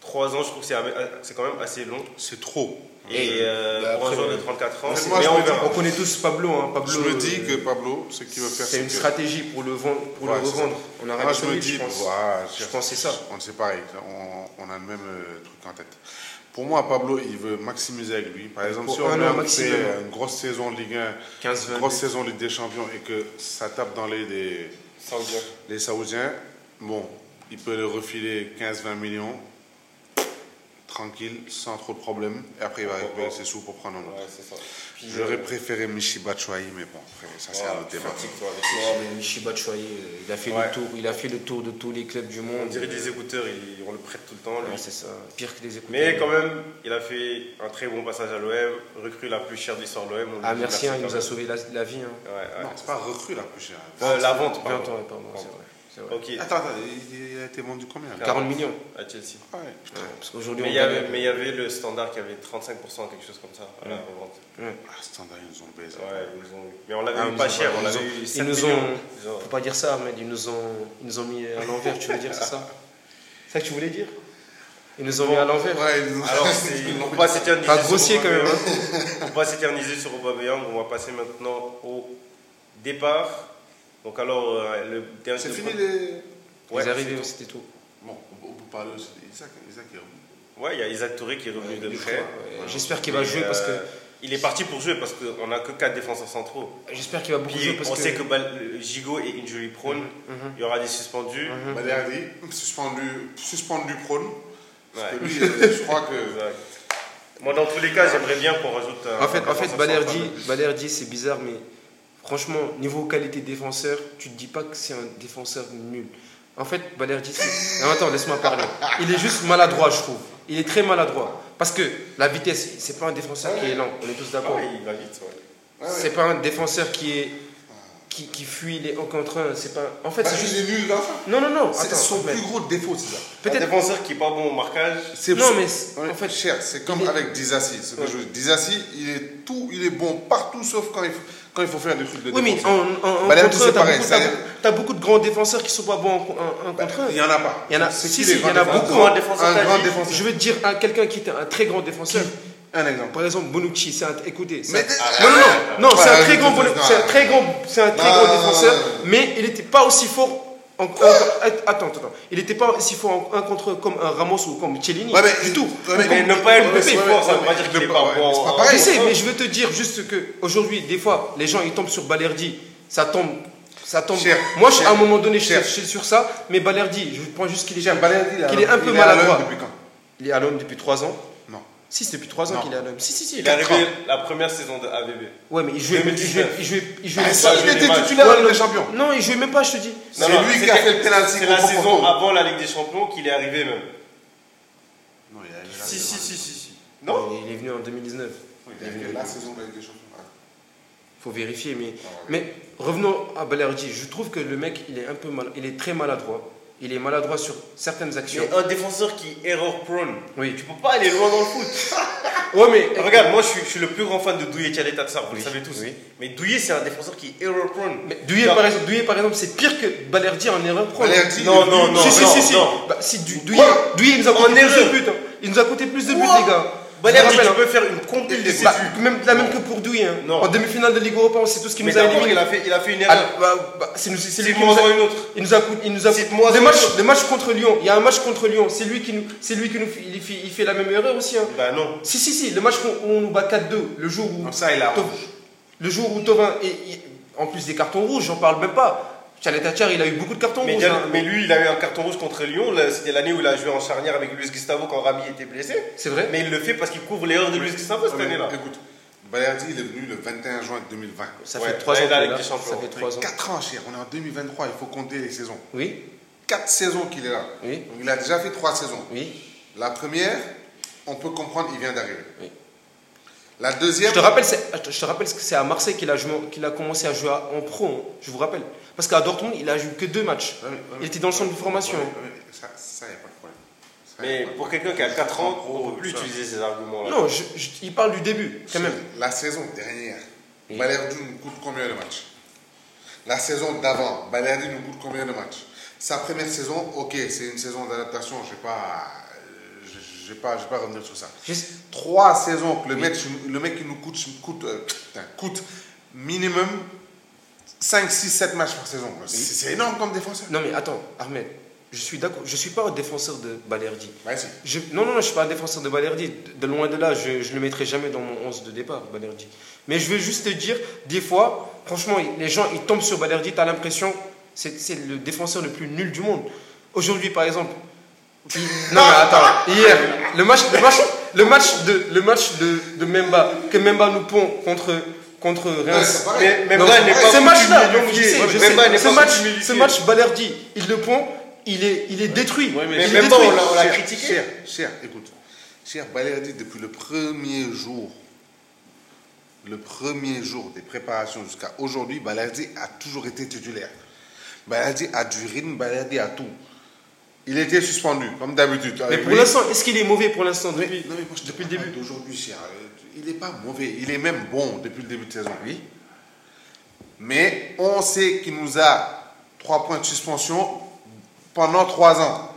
Trois ans, je trouve que c'est am- c'est quand même assez long.
C'est trop.
Et euh,
bah,
pour un
après,
joueur de
ouais.
34 ans,
Mais
moi,
mais
je
on
me dis-
verra.
on connaît tous Pablo, hein, Pablo.
Je me dis
euh,
que Pablo, ce qu'il veut faire,
C'est une
que-
stratégie pour le, vendre, pour
Ouais,
le
c'est
revendre.
ça.
On a
Moi, je me dis,
je pense.
voilà,
Je pense que c'est ça.
On sait pareil, on, on a le même euh, truc en tête. Pour moi, Pablo, il veut maximiser avec lui. Par exemple,
Pour
si
un
on
an
a fait
maximum.
euh, une grosse saison de Ligue 1,
15,
une
20.
grosse saison de Ligue des Champions et que ça tape dans les, des- les Saoudiens, bon, il peut leur refiler 15-20 millions, tranquille, sans trop de problèmes. Et après, il va récupérer ses sous pour prendre un autre.
euh,
J'aurais préféré Michi Batshuayi, mais bon, après, ça c'est un autre débat.
Oh, mais Michy Batshuayi, euh, il a fait
Ouais.
le tour, il a fait le tour de tous les clubs du monde.
On dirait des écouteurs, il- on le prête tout le temps. lui.
Ouais, c'est ça. Pire que des écouteurs.
Mais quand même, il a fait un très bon passage à l'OM, recrue la plus chère de l'histoire de l'OM. on lui
Ah
dit
merci, hein, il
quand
nous a
même.
sauvé la, la vie. Hein.
Ouais, ouais.
Non, c'est pas recrue la plus chère.
Euh, la vente,
Bien
pardon.
entendu, pardon, c'est vrai. c'est vrai.
Ok,
Attends, attends, il, il a été vendu combien là
40 millions.
à Chelsea.
Ah ouais, putain.
Parce qu'aujourd'hui,
Mais
on
il y avait-
gagne.
mais il y avait le standard qui avait 35%, quelque chose comme ça, à la revente.
Ah, standard, ils nous ont baisé.
Ouais, ils nous ont eu. Mais on l'avait
Ah,
eu
ils
pas
nous ont-
cher, on
ils
l'avait
ont-
eu
ils
7
nous ont-
millions. Ils ont-
Faut pas dire ça, mais ils nous ont, ils nous ont mis à l'envers, tu veux dire, c'est ça C'est ça que tu voulais dire Ils nous ont mis à l'envers.
Ouais, ils nous ont-
Alors, c'est- on va s'éterniser.
Pas
sur
grossier, quand même, hein.
Aubameyang. On va s'éterniser sur Aubameyang. On va passer maintenant au départ Donc alors, euh, le terrain
C'est
de-
fini les.
Ouais,
ils arrivaient,
c'est-
c'était tout.
Bon, on on peut parler aussi d'Isaac. Isaac est revenu.
Ouais, il y a Isaac Touré qui est revenu de
Du coup,
près.
euh, J'espère qu'il
Mais,
va jouer parce que.
euh, Il est parti pour jouer parce qu'on n'a que 4 défenseurs centraux.
J'espère qu'il va beaucoup jouer
Puis
parce
on
que. Mhm,
sait que Bal- Gigot est injury prone. Il y aura des suspendus.
Balerdi, suspendu, suspendu prône. Parce
Ouais.
que lui, euh, je crois que.
Exact. Moi, dans tous les cas, j'aimerais bien qu'on rajoute un.
En fait, en fait
un
Balerdi,
central.
Balerdi, c'est bizarre, mais franchement, niveau qualité défenseur, tu te dis pas que c'est un défenseur nul. En fait, Balerdi, c'est. Non, attends, laisse-moi parler. Il est juste maladroit, je trouve. Il est très maladroit. Parce que la vitesse, c'est pas un défenseur qui est lent, on est tous d'accord.
Ouais, Ah, il va vite. ouais.
C'est pas un défenseur qui est. Qui, qui fuit les 1 contre 1. C'est pas. En fait,
Bah,
c'est
il
juste.
est nul dans ça.
Non, non, non.
C'est
attends,
son
mais-
plus gros défaut, c'est ça.
Un
Peut-être.
défenseur qui est pas bon au marquage.
C'est-
Non, mais
c'est-
en fait-
cher, c'est comme
il est-
avec Dizassi. Ce que je veux dire. Dizassi, il est tout, il est bon partout sauf quand il faut, quand il faut faire des trucs de
Oui, mais
défense.
en, en, en
Balerdi,
contre
c'est
1, t'as
pareil,
beaucoup,
ça-
t'as beaucoup- t'as beaucoup de grands défenseurs qui sont pas bons en, en- en contre 1.
Il y en a pas.
Il y en a-
C'est
si,
qui
si,
les
il y
grands
en a
défenseurs
beaucoup. hein,
Un défenseur
Un grand
tajik.
défenseur.
Je veux te dire à quelqu'un qui était un très grand défenseur.
Un exemple.
Par exemple, Bonucci, c'est un. Écoutez, c'est
Mais-
Ah,
un- non, non, non, non,
Bah,
c'est un
oui,
très grand,
oui,
Bonu-
oui,
c'est un
non.
très grand, c'est un très
Non,
grand
non, non,
défenseur,
non, non, non.
mais il n'était pas aussi fort. En, en- attends, attends, il n'était pas aussi fort en un contre un comme un Ramos ou comme Cellini.
Ouais, mais-
du tout.
ouais, mais-
Mais
Comme-
ne pas être aussi
ouais,
fort, ça
ouais,
veut pas
mais
dire
il
qu'il
est
est
pas-
pas
ouais,
bon.
c'est pas
en-
pareil.
Je sais, mais je veux te dire juste que aujourd'hui, des fois, les gens ils tombent sur Balerdi, ça tombe, ça tombe.
Cher,
Moi, je-
cher,
à un moment donné, je
cher.
je suis sur ça, mais Balerdi, je prends juste qu'il est,
Cher Balerdi, il a-
qu'il est un
il
peu
est à l'OM
maladroit.
depuis quand
Il est à l'homme depuis 3 ans.
Non.
Si, c'est depuis 3 ans
Non.
qu'il est à l'homme. Si, si, si.
Il est
quatre ans.
arrivé la première saison de AVB.
Ouais, mais il jouait, il
2019.
jouait, il jouait, il jouait
Ah,
même
ça,
pas.
je
il
l'ai
était
mal.
titulaire
Ouais,
avec
non,
les champions.
Non, il jouait même pas, je te dis.
Non,
C'est
non,
lui qui
c'était-
a fait le penalty
C'est la
contre
saison
Porto.
avant la Ligue des Champions qu'il est arrivé même.
Non, il a déjà-
Si, si, si, si. si. Non Oh,
Il est venu en 2019.
Il a fait la saison avec les champions. Ah,
Faut vérifier, mais
Ah,
mais revenons à Balerdi. Je trouve que le mec, il est un peu mal, il est très maladroit. Il est maladroit sur certaines actions.
Mais euh, un défenseur qui est error prone.
Oui.
Tu peux pas aller loin dans le foot.
Ouais, mais
Regarde, moi je suis, je suis le plus grand fan de Douye Tchadé Tatsar, vous
Oui,
le savez tous.
oui.
Mais Douye, c'est un défenseur qui est error prone.
Mais Douillet,
Non.
par exemple, Douillet, par exemple, c'est pire que Balerdi en erreur pro.
Balerdi,
Non,
le
non,
but-
non.
si, si, si, si.
non.
Bah, si Du- Douillet,
Quoi
Douillet, il nous a coûté
En
plus
erreur.
de buts. hein. Il nous a coûté plus de buts,
Quoi
les gars.
Balerdi,
hein. Je me
tu
rappelle,
peux faire une compile de
hein.
ses
Bah,
buts.
même, la même que pour Douillet. hein.
Non.
En demi-finale de Ligue Europa, on sait tout ce qu'il
Mais
nous a
d'abord, il
éliminé.
a fait, il a fait une
Ah,
erreur.
bah, bah, c'est nous- c'est lui qui
Cite-moi
nous a-
en une autre.
Il nous a coûté, il nous a
Cite-moi
des
en une
matchs,
autre.
des matchs contre Lyon. Il y a un match contre Lyon. C'est lui qui nous, c'est lui qui nous, fait- il fait, il fait la même erreur aussi. hein.
Bah non.
Si, si, si, le match qu'on- où on nous bat 4-2, le jour où.
Non, ça, il a
Thauvin-
rouge.
Le jour où Tovin. en plus des cartons rouges, j'en parle même pas. Chalet Tachar, il a eu beaucoup de cartons
Mais,
rouges.
Diallo-
hein.
mais lui, il a eu un carton rouge contre Lyon. là, C'était l'année où il a joué en charnière avec Luis Gustavo quand Rami était blessé.
C'est vrai
Mais il le fait parce qu'il couvre l'erreur de Luis Gustavo cette
Ouais, mais
année-là.
Écoute, Balerdi, il est venu le 21 juin 2020.
Ça
Ouais,
fait 3 ans.
ouais,
qu'il
la
est
Ligue
là.
des
Ça
Champions.
fait 3 ans.
4 ans, cher, on est en 2023, il faut compter les saisons.
Oui,
4 saisons qu'il est là.
Oui.
Donc, il a déjà fait 3 saisons.
oui.
La première, on peut comprendre, il vient d'arriver.
Oui.
La
Je
deuxième,
te rappelle, c'est- je te rappelle que c'est à Marseille qu'il a, joué en- qu'il a commencé à jouer à- en pro. hein. Je vous rappelle. Parce qu'à Dortmund, il a joué que 2 matchs.
Ouais, ouais, ouais.
Il était dans le centre de formation.
Ouais,
hein.
ouais, ouais, ça, ça y a pas de problème. Ça, y a
Mais
pas de
pour
problème.
quelqu'un qui a 4 ans,
Pro,
on peut plus
ça.
utiliser ces arguments-là.
Non, je- je- il parle du début, quand même.
La saison dernière, Balerdi nous coûte combien de matchs La saison d'avant, Balerdi nous coûte combien de matchs Sa première saison, ok, c'est une saison d'adaptation, je ne vais pas, euh, je- je vais pas, je vais pas revenir sur ça.
Je-
Trois saisons que le mec, le mec qui nous coûte, coûte, euh, putain, coûte minimum 5, 6, 7 matchs par saison. quoi. C'est c'est énorme comme défenseur.
Non, mais attends, Ahmed, je suis d'accord. Je suis pas un défenseur de Balerdi.
Ouais, si.
Je- non, non, non, je suis pas un défenseur de Balerdi. De- De loin de là, je, je le mettrai jamais dans mon 11 de départ, Balerdi. Mais je veux juste te dire, des fois, franchement, il- les gens, ils tombent sur Balerdi, t'as l'impression, c'est, c'est le défenseur le plus nul du monde. Aujourd'hui, par exemple. il- non, mais attends, hier, le match, le match, le match, de, le match de, de Memba, que Memba nous pond contre, contre Reims.
c'est pareil.
Mais même
Non,
là, il n'est pas
ce
foutu
match-là,
de l'humilier.
je sais, je
Même
sais.
là, il n'est
ce,
pas
match,
foutu de l'humilier.
ce match, Balerdi, il le prend, il est, il est détruit.
mais
Il est
même pas,
détruit.
on l'a- on l'a
Cher,
critiqué.
Cher, cher, écoute. Cher Balerdi, depuis le premier jour, le premier jour des préparations jusqu'à aujourd'hui, Balerdi a toujours été titulaire. Balerdi a du rythme, Balerdi a tout. Il était suspendu, comme d'habitude. Euh,
Mais
Avec
pour
lui-
l'instant, est-ce qu'il est mauvais pour l'instant
Ah Mais-
depuis
non, mais moi, je te
depuis le
parle
début
d'aujourd'hui, cher. Il n'est pas mauvais. Il est même bon depuis le début de saison. Oui. Mais on sait qu'il nous a trois points de suspension pendant trois ans.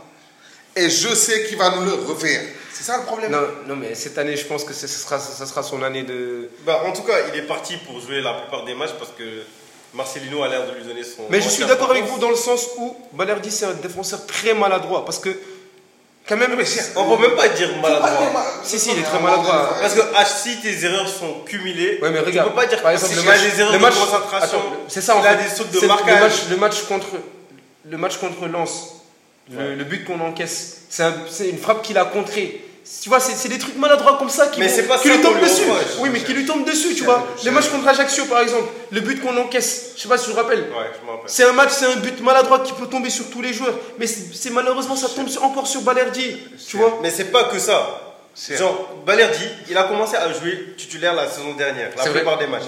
Et je sais qu'il va nous le refaire. C'est ça le problème.
non, non, mais cette année, je pense que ce ce sera, ça sera son année de.
Bah, en tout cas, il est parti pour jouer la plupart des matchs parce que Marcelino a l'air de lui donner son.
Mais je suis d'accord avec vous
dans
dans le sens où Balerdi, c'est un défenseur très maladroit. Parce que, quand même,
On peut même pas dire maladroit.
Si, si, il est très maladroit.
Parce que ah, si tes erreurs sont cumulées,
Ouais, mais regarde.
tu peux pas dire
par
que
exemple,
si
le
il a
match,
des erreurs
le match-
de concentration,
attends, c'est ça, en
il a
fait.
des sautes
C'est
de
le-
marquage.
Le match, le match contre, le match contre Lens, le, le but qu'on encaisse, c'est un- c'est une frappe qu'il a contrée. Tu vois, c'est c'est des trucs maladroits comme ça qui,
Mais
vont-
c'est pas
qui
ça
lui
qu'on
tombent
lui
dessus.
reproche.
Oui, mais qui lui tombent dessus, tu vois. Le match contre Ajaccio, par exemple, le but qu'on encaisse, je sais pas si tu te rappelles.
Ouais, je me rappelle.
C'est un match, c'est un but maladroit qui peut tomber sur tous les joueurs. Mais c'est c'est malheureusement, ça tombe sur- encore sur Balerdi, tu vois.
Mais c'est pas que ça. Genre, Balerdi, il a commencé à jouer titulaire la saison dernière, la
C'est vrai.
plupart des matchs.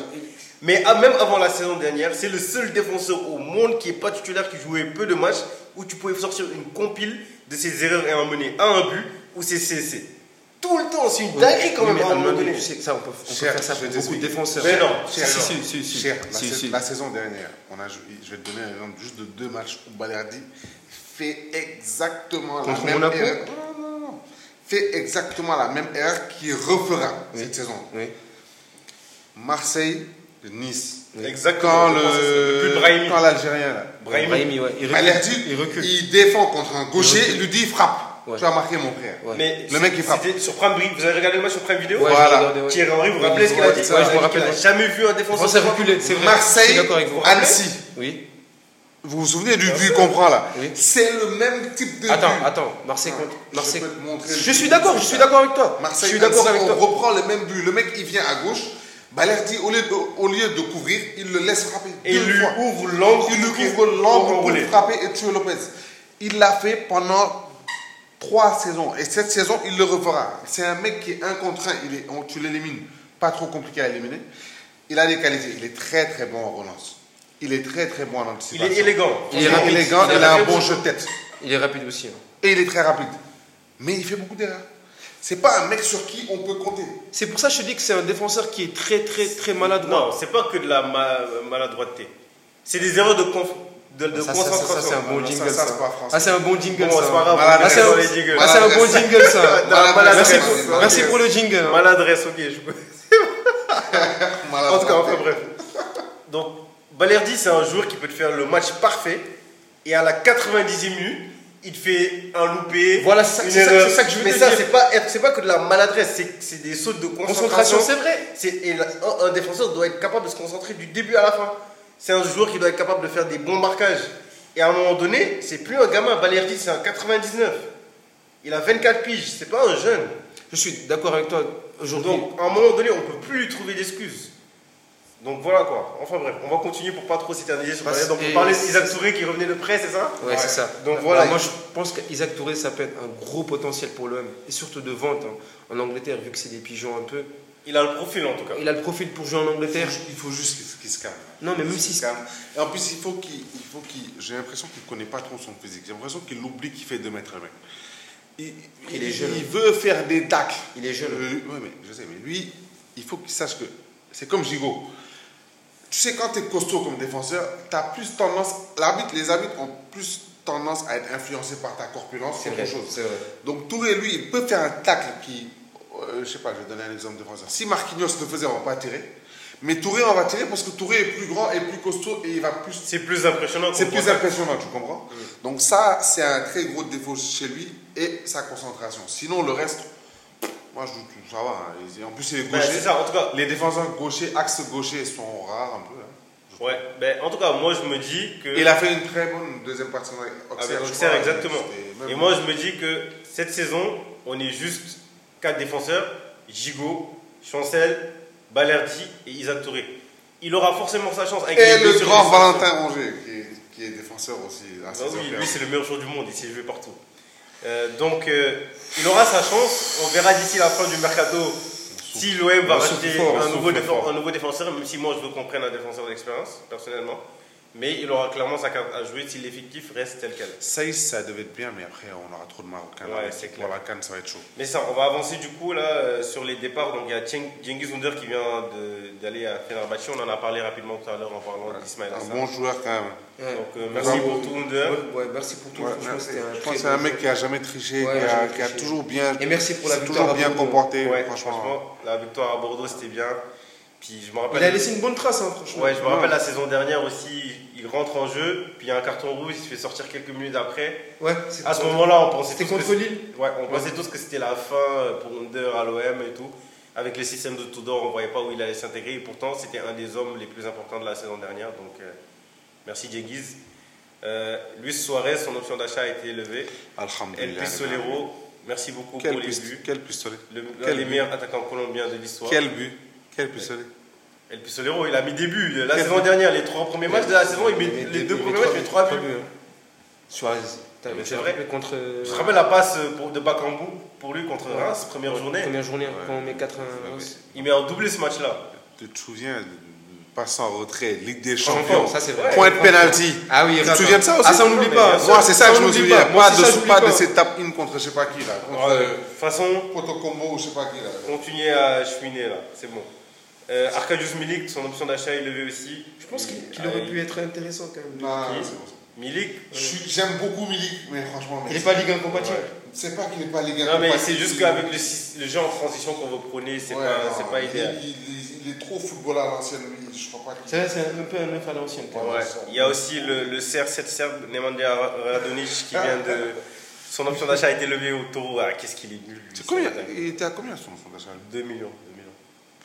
Mais à- même avant la saison dernière, c'est le seul défenseur au monde qui n'est pas titulaire, qui jouait peu de matchs, où tu pouvais sortir une compile de ses erreurs et en mener à un but, ou c'est CC. Tout le temps, c'est une dinguerie quand
Oui,
même
mais
à un moment donné.
tu sais que ça, on peut, on peut
Cher,
faire ça
je
pour
vais
beaucoup de
t'expliquer.
défenseurs.
Mais non,
Cher,
Si,
alors,
si, si, si.
cher, la,
Si,
sa-
si.
la saison dernière, on a joué- je vais te donner un exemple juste de deux matchs où Balerdi fait exactement
Contre
la même
Monaco
erreur. Non, non, non, non. Fait exactement la même erreur qu'il refera cette saison.
Oui.
Marseille, Nice.
Exactement.
Quand
Je pense que c'est le but de
le
Brahimi.
quand l'Algérien là.
Brahimi.
Brahimi, ouais, il recule.
Balerdi,
Il recule.
il défend contre un gaucher, il, lui dit frappe.
Ouais.
Tu as marqué mon frère.
Ouais.
Mais
Le mec, il frappe.
c'était Sur Prime Video, vous avez regardé le match sur Prime Vidéo
Ouais,
Voilà.
j'ai regardé, ouais.
Thierry Henry, vous vous
Ouais,
rappelez ce qu'il a
ouais,
dit
ouais, je me rappelle,
Il a
ouais.
jamais vu un défenseur.
France a
sur Prime
reculé, c'est vrai. Je
Marseille,
suis d'accord avec vous.
Annecy.
Oui.
Vous vous souvenez du but qu'on prend là
Oui.
C'est le même type de
Attends,
but.
attends. Marseille
Ah,
contre.
je
Marseille.
peux te montrer le
Je
but.
suis d'accord, je suis d'accord avec toi. Je
Marseille,
suis d'accord
Annecy,
avec
on
toi.
reprend le même but. Le mec, il vient à gauche. Balerdi, au lieu de, au lieu de couvrir, il le laisse frapper.
Et
deux
il lui
fois.
ouvre l'angle
Il lui
pour
ouvre l'angle pour
enrouler.
frapper et tuer Lopez. Il l'a fait pendant trois saisons. Et cette saison, il le refera. C'est un mec qui est un contre un. Il est, on- tu l'élimines. Pas trop compliqué à éliminer. Il a des qualités. Il est très très bon en relance. Il est très très bon en
Il
anticipation.
est élégant.
Il est
rapide.
élégant.
Il a
Il, a
la
un bon
réponse.
jeu de tête.
Il est rapide aussi. hein.
Et il est très rapide. Mais il fait beaucoup d'erreurs. C'est pas un mec sur qui on peut compter.
C'est pour ça que je te dis que c'est un défenseur qui est très, très, très
Non,
maladroit.
c'est pas que de la ma- maladroiteté. C'est des erreurs de, conf- de, de
Ça, ça, ça,
concentration.
ça, c'est un bon
Ah,
jingle.
ça, ça,
ça.
c'est pas français.
Ah, c'est un bon jingle.
Bon, c'est
ça.
pas grave,
Ah,
on
c'est
est
un-
dans les jingles.
ah, c'est un bon
Maladresse.
jingle ça.
Non, maladresse.
Merci pour- Merci pour le jingle. hein.
Maladresse, ok. Je...
Ah,
en tout cas, enfin bref. Donc, Balerdi, c'est un joueur qui peut te faire le match parfait et à la 90e minute, il te fait un loupé.
Voilà, c'est ça-
une
c'est ça-
erreur.
c'est ça que je veux
Mais
te
ça,
dire.
c'est pas, être- c'est pas que de la maladresse, c'est- c'est des sautes de concentration.
Concentration, c'est vrai.
C'est- et la- un, un défenseur doit être capable de se concentrer du début à la fin. C'est un joueur qui doit être capable de faire des bons marquages. Et à un moment donné, c'est plus un gamin. Balerdi, c'est un 99. Il a 24 piges, c'est pas un jeune.
Je suis d'accord avec toi aujourd'hui.
Donc, à un moment donné, on peut plus lui trouver d'excuses. Donc voilà quoi. Enfin bref, on va continuer pour pas trop s'éterniser sur
Parce-
Balerdi. Donc
et-
on parlait d'Isaac Touré qui revenait de près, c'est ça
Ah, Ouais, c'est ça.
Donc voilà.
Alors, moi, je pense qu'Isaac Touré, ça peut être un gros potentiel pour l'OM. Et surtout de vente hein. en Angleterre, vu que c'est des pigeons un peu.
Il a le profil en tout cas.
Il a le profil pour jouer en Angleterre.
Il faut juste qu'il- qu'il se calme.
Non, mais
Il faut
même
qu'il
s'il
se
se-
calme. Et en plus, il faut qu'il. il faut qu'il- J'ai l'impression qu'il ne connaît pas trop son physique. J'ai l'impression qu'il oublie qu'il fait 2 mètres le mec. Il,
Il est jeune.
il veut faire des tacles.
Il est jeune.
Euh, ouais, mais je sais, mais lui, il faut qu'il sache que. C'est comme Gigot. Tu sais, quand tu es costaud comme défenseur, tu as plus tendance. L'arbitre, les arbitres ont plus tendance à être influencés par ta corpulence
C'est
qu'autre
vrai,
chose.
c'est vrai.
Donc Touré, lui, il peut faire un tacle qui. euh, je sais pas, je vais donner un exemple de défenseur. Si Marquinhos le faisait, on va pas tirer. Mais Touré, on va tirer parce que Touré est plus grand et plus costaud et il va plus.
C'est plus impressionnant.
C'est
qu'on
plus
pense.
impressionnant, tu comprends Donc ça, c'est un très gros défaut chez lui et sa concentration. Sinon, le reste, moi, je je- ça va. hein. En plus, il est
Ben,
gaucher.
c'est ça, en tout cas.
Les défenseurs gauchers, axe gaucher, sont rares un peu. hein. Je-
Ouais, ben, en tout cas, moi je me dis que.
Il a fait une très bonne deuxième partie avec
Avec Euh.
Auxerre. je
Ah, bah, Auxerre,
crois, euh,
exactement.
c'était même-
Et moi, je me dis que cette saison, on est juste quatre défenseurs Gigot, Chancel, Balerdi et Isaac Touré. Il aura forcément sa chance avec
Et
les
le
blessures
grand
de-
Valentin Rongier, qui est, qui est défenseur aussi. à
Bah
ses
oui,
affaires.
lui, c'est le meilleur joueur du monde, il s'est joué partout. Euh, donc, euh, il aura sa chance. On verra d'ici la fin du mercato si l'OM va
On souffle
racheter
fort, on
un, nouveau
souffle
défenseur-
fort.
un nouveau défenseur, même si moi je veux qu'on prenne un défenseur d'expérience, personnellement. Mais il aura clairement sa carte à jouer si l'effectif reste tel quel.
Saïs, ça devait être bien, mais après, on aura trop de Marocains.
Ouais,
là.
c'est
Pour
clair.
la Cannes, ça va être chaud.
Mais ça, on va avancer du coup là euh, sur les départs. Donc il y a Tcheng- Cengiz Under qui vient de- d'aller à Fenerbahçe. On en a parlé rapidement tout à l'heure en parlant d'Ismaël
Un
Assar.
bon joueur, quand même.
Ouais.
Donc euh, merci pour tout Under.
Ouais, ouais, merci pour tout.
Ouais,
Franchement,
merci.
c'était un
je
très
pense que c'est
bon
un mec
jeu.
qui a jamais triché,
Ouais,
qui, a,
jamais
qui a
triché.
toujours bien.
Et merci pour la
s'est
victoire
toujours
à
bien
Bordeaux.
comporté,
Ouais,
franchement.
franchement, la victoire à Bordeaux c'était bien. Puis je me rappelle.
Il a laissé une bonne trace, hein, franchement.
Ouais, je me rappelle la saison dernière aussi, il rentre en jeu, puis il y a un carton rouge, il se fait sortir quelques minutes après.
Ouais, c'était
À ce moment-là, on pensait
C'était
tous que
contre Lille.
Ouais, on pensait tous que c'était la fin euh, pour Under à l'OM et tout. Avec le système de Tudor, on voyait pas où il allait s'intégrer. Et pourtant, c'était un des hommes les plus importants de la saison dernière. Donc, euh, merci Dieguiz. Euh, Luis Suarez, son option d'achat a été élevée. El
Alhamdulillah.
Pistolero, merci beaucoup
Quel,
pour les
pist-
buts.
quel pistolet
Le, l'un
Quel
des
but.
meilleurs attaquants colombiens de l'histoire.
Quel but Quel pistolet
El Pistolero, il a mis des buts. La
Quel
saison
but.
dernière, les trois premiers matchs de la saison, il met, les deux premiers matchs, il met trois buts.
hein. Suarez. T'as
Mais
vu,
c'est
t'as
vrai.
vu contre. euh,
Je te rappelle la passe pour, de Bakambu pour lui contre Reims, première journée. hein.
Première journée, hein, quand on met 91.
Il met un doublé ce match-là.
Tu te souviens de- de- passe en retrait, Ligue des
Champion,
Champions,
ça c'est vrai.
point de penalty.
Ah oui,
tu te
d'accord.
souviens de ça aussi
Ah, ça, on n'oublie pas.
Moi, c'est ça
Ça,
que
on
je me
n'oublie
souviens.
pas. Moi
Moi,
aussi,
de,
ça,
ce-
j'oublie
pas
pas.
de ces tapes in contre je sais pas qui là. Contre
Euh,
euh,
De toute façon,
Potocombo ou je sais pas qui là.
on continuait à cheminer là, c'est bon. Euh, Arkadiusz Milik, son option d'achat est levée aussi.
Je pense qu'il
ah
qu'il aurait pu être intéressant quand même.
Non,
Qui
c'est bon, c'est bon.
Milik
Je suis- J'aime beaucoup Milik, mais franchement,
Il
mais
n'est pas Ligue 1 compatible.
c'est pas qu'il n'est pas Ligue 1.
Non, mais
compatible.
c'est juste qu'avec le, sy- le jeu en transition qu'on veut prôner, c'est
Ouais,
pas,
non,
c'est pas
il-
idéal.
Il, il- il est trop football à l'ancienne, lui. Je crois pas
C'est
qu'il.
vrai, c'est un peu un neuf à l'ancienne. quand même.
Ouais. Il y a aussi le, le CR7 serbe, Nemanja Radonic, qui vient de. Son option d'achat a été levée au taureau. Ah, qu'est-ce qu'il est nul. lui,
C'est combien
c'est dingue.
Il était à combien son fond d'achat
2 millions.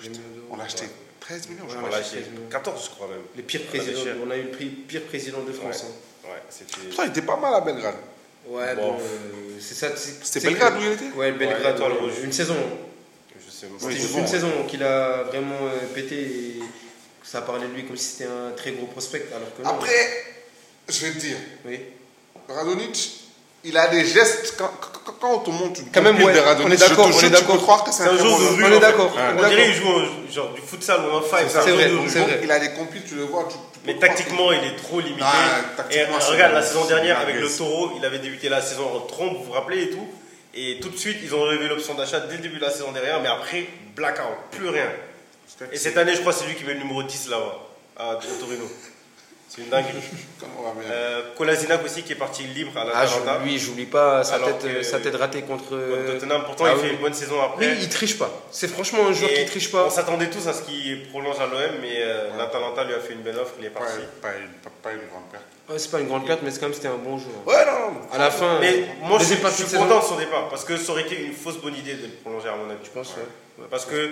2 millions.
On l'a acheté 13 millions, je
On
crois.
l'a
c'est
acheté. 14, je crois même.
Les pires
On l'a
présidents.
déchiré.
On a eu le prix- pire président de France. hein.
Ah, Ouais, c'était.
Pourtant, il était pas mal à Belgrade.
Ouais,
Bon.
bon, euh, c'est ça. c'est-
C'était
c'est
Belgrade
que-
où il était
Ouais, Belgrade.
l'étoile
ouais.
rouge.
Une saison. hein.
Je sais pas.
C'était
Oui,
juste
bon,
une
ouais.
saison qu'il a vraiment euh, pété et ça parlait de lui comme si c'était un très gros prospect alors que non.
Après, je vais te dire,
Oui.
Radonic, il a des gestes. Quand, quand- quand on monte une
Quand même,
compile
ouais,
de Radonic,
on est d'accord,
je te
on
jure,
est
tu
d'accord.
peux croire que c'est
C'est un
un très
jour
bon
de
joueur.
rue.
On
en
est
fait.
d'accord, on est
On dirait
d'accord.
qu'il joue en- genre du futsal ou un five.
C'est
un
vrai,
jour de
c'est
rue.
vrai.
Il a des compiles, tu le vois. tu- tu
Mais
peux croire
tactiquement, il est trop limité.
Ah,
et euh,
tactiquement, c'est
regarde, la
vrai.
saison dernière,
C'est
avec le
dingue.
taureau, il avait débuté la saison en trompe, vous vous rappelez et tout. Et tout de suite, ils ont relevé l'option d'achat dès le début de la saison dernière, mais après, blackout, plus rien. Et cette année, je crois que c'est lui qui met le numéro 10 là-bas, à au Torino. C'est une dinguerie.
que- Comment on va mettre
Euh, Kolasinac aussi qui est parti libre à la
Ah,
Taranta.
je- lui, j'oublie pas sa
Alors
tête,
que-
euh, sa tête ratée contre.
Contre
euh,
Tottenham, pourtant,
ah
il
oui.
fait une bonne saison
Oui,
après.
il triche pas. C'est franchement un joueur
Et
qui triche pas.
On s'attendait tous à ce qu'il prolonge à l'OM, mais euh, l'Atalanta lui a fait une belle offre, il est
Pas-
parti.
Pas une- pas- pas une grande perte.
Ouais, c'est pas une grande perte, mais c'est quand même c'était un bon joueur.
Ouais, non, non.
À la fin.
Mais
euh,
moi, je,
deuxième
suis-
partie
je
de
suis
saison,
content de son départ, parce que ça aurait été une fausse bonne idée de le prolonger à mon avis.
Je pense, ouais.
Parce que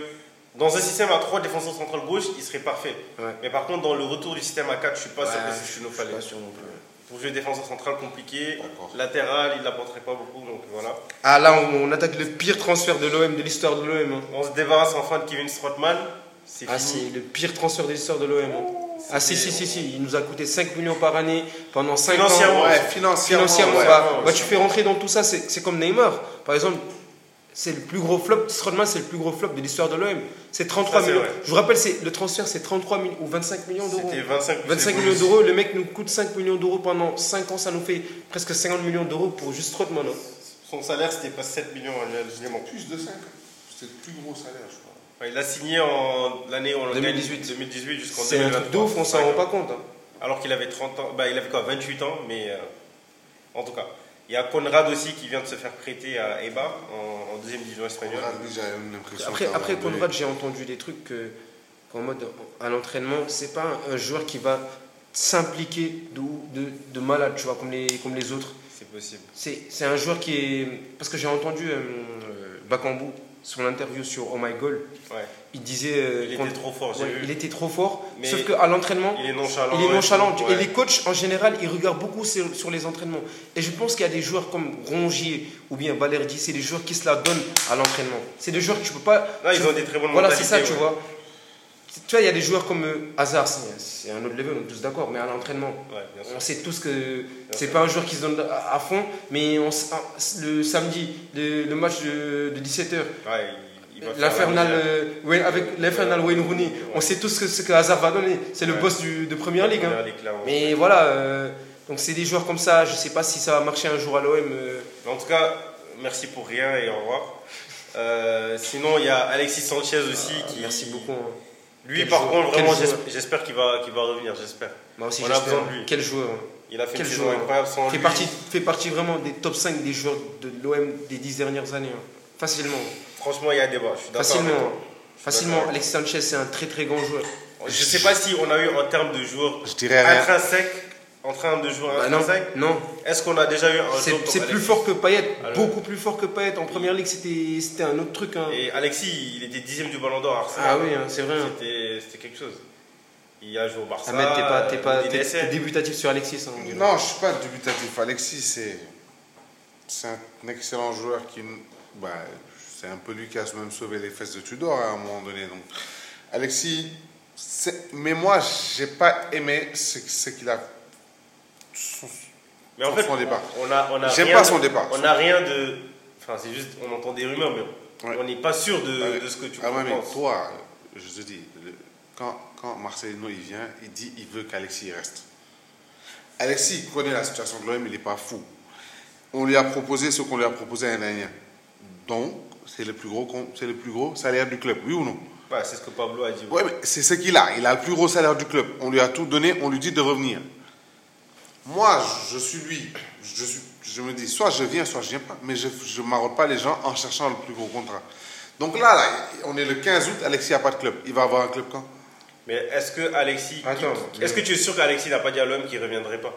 dans un système à 3 défenseurs central gauche, il serait parfait.
Ouais.
Mais par contre, dans le retour du système à 4, je suis pas sûr
Ouais,
que c'est ce qu'il nous
je suis
fallait.
pas sûr non plus.
Pour jouer défenseur central compliqué,
D'accord.
latéral, il n'apporterait pas beaucoup, donc voilà.
Ah là, on, on attaque le pire transfert de l'OM, de l'histoire de l'OM. hein.
On se débarrasse enfin de Kevin Strootman, c'est
Ah si,
fini.
le pire transfert de l'histoire de l'OM. hein.
Oh,
Ah si, si, si, si, il nous a coûté 5 millions par année pendant 5 ans.
Financièrement,
Ouais, financièrement.
financièrement,
ouais.
bah,
ouais,
bah,
ouais.
tu fais rentrer dans tout ça, c'est c'est comme Neymar. Par exemple, c'est le plus gros flop, Strootman, c'est le plus gros flop de l'histoire de l'OM. C'est 33
Ça, c'est
millions.
vrai.
Je vous rappelle, c'est- le transfert, c'est 33 millions ou 25 millions d'euros.
C'était 25,
25 millions d'euros, le mec nous coûte 5 millions d'euros pendant 5 ans, ça nous fait presque 50 millions d'euros pour juste Strootman. hein.
Son salaire, c'était pas 7 millions annuels, je l'ai manqué.
Plus de 5. C'était le plus gros salaire, je crois.
Ouais, Il a signé en l'année où on l'a
2018.
2018 jusqu'en 2023.
C'est un truc de ouf, on s'en rend pas compte. hein.
Alors qu'il avait 30 ans, bah, il avait quoi, 28 ans, mais euh, en tout cas. Il y a Conrad aussi qui vient de se faire prêter à Eibar en, en deuxième division espagnole.
Conrad, lui, j'avais même l'impression.
Après,
qu'à un
après
moment donné-
Conrad, j'ai entendu des trucs que, qu'en mode à l'entraînement, c'est pas un joueur qui va s'impliquer de, de, de malade, tu vois, comme les, comme les autres.
C'est possible.
C'est, c'est un joueur qui est. Parce que j'ai entendu euh, euh, Bakambu, son interview sur Oh My Goal,
Ouais.
il disait. euh,
Il
qu'on-
était trop fort, j'ai
ouais,
vu.
il était trop fort,
Mais
sauf qu'à l'entraînement,
Il est nonchalant.
il est nonchalant.
tout,
Et
ouais.
les coachs, en général, ils regardent beaucoup sur, sur les entraînements. Et je pense qu'il y a des joueurs comme Rongier ou bien Balerdi, c'est des joueurs qui se la donnent à l'entraînement. C'est des joueurs que tu peux pas.
Là,
tu-
ils ont des très bonnes
Voilà, c'est
mentalités,
ça, tu
ouais.
vois. Tu vois, il y a des joueurs comme euh, Hazard, c'est c'est un autre level, on est tous d'accord, mais à l'entraînement,
Ouais, bien sûr.
on sait tous que c'est pas un joueur qui se donne à, à fond, mais on s- un- le samedi, le, le match de, 17h,
Ouais, il- il va faire la
l'infernal
misère.
euh, Wayne- avec l'infernal Wayne Rooney, on sait tous ce que, ce que Hazard va donner, c'est le
Ouais.
boss du- de Première Ligue. hein.
Première Ligue, clairement.
Mais voilà, euh, donc c'est des joueurs comme ça, je sais pas si ça va marcher un jour à l'OM. euh,
Mais En tout cas, merci pour rien et au revoir. Euh, sinon, il y a Alexis Sanchez aussi qui.
merci beaucoup. hein.
Lui,
Quel
par
joueur,
contre,
quel
vraiment,
joueur.
j'esp- j'espère qu'il va, qu'il va revenir, j'espère.
Moi aussi,
On a
j'espère.
besoin de lui.
Quel joueur. hein.
Il a fait
Quel
une saison
joueur.
incroyable sans
fait,
lui.
partie, fait partie vraiment des top 5 des joueurs de l'OM des 10 dernières années. hein. Facilement.
Franchement, il y a débat. Je suis d'accord.
Facilement.
avec toi.
hein. Facilement, Alex Sanchez, c'est un très très grand joueur.
Je sais pas si on a eu en termes de joueurs
Je dirais rien.
intrinsèques, en train de jouer
Bah non,
intrinsèques.
non.
Est-ce qu'on a déjà eu un
C'est
joueur comme
c'est plus
Alexis
fort que Payet,
Alors-
beaucoup plus fort que Payet. En première ligue, c'était c'était un autre truc. hein.
Et Alexis, il était dixième du Ballon d'Or à Arsenal.
Ah oui, hein, c'est vrai. hein.
C'était- C'était quelque chose. Il a joué au Barça.
Ahmed, t'es pas, t'es pas,
il
t'es-
DSL.
t'es débutatif sur Alexis. hein, on dirait.
Non, je suis pas dubitatif. Alexis, c'est c'est un excellent joueur qui, bah, c'est un peu lui qui a même sauvé les fesses de Tudor hein, à un moment donné. Donc, Alexis, c'est- mais moi, j'ai pas aimé ce, ce qu'il a. son-
Mais en
son-
fait,
son départ.
on a, on a
J'aime
rien
pas
de-
son départ.
On n'a rien de. Enfin, c'est juste, on entend des rumeurs, mais
Ouais.
on n'est pas sûr de,
Ah, mais-
de ce que tu
ah ouais, mais
penses.
toi, je te dis, le- quand, quand Marcelino il vient, il dit il veut qu'Alexis reste. Alexis il connaît la situation de l'OM, il n'est pas fou. On lui a proposé ce qu'on lui a proposé l'année dernière. Donc, c'est le plus gros, con- c'est le plus gros salaire du club, oui ou non
Bah, c'est ce que Pablo a dit.
Ouais, mais c'est ce qu'il a. Il a le plus gros salaire du club. On lui a tout donné, on lui dit de revenir. Moi, je, je suis lui. Je, suis, je me dis, soit je viens, soit je viens pas. Mais je ne m'arrête pas les gens en cherchant le plus gros contrat. Donc là, là, on est le 15 août, Alexis n'a pas de club. Il va avoir un club quand
Mais est-ce que Alexis.
Attends,
qui- Est-ce que tu es sûr qu'Alexis n'a pas dit à l'homme qu'il ne reviendrait pas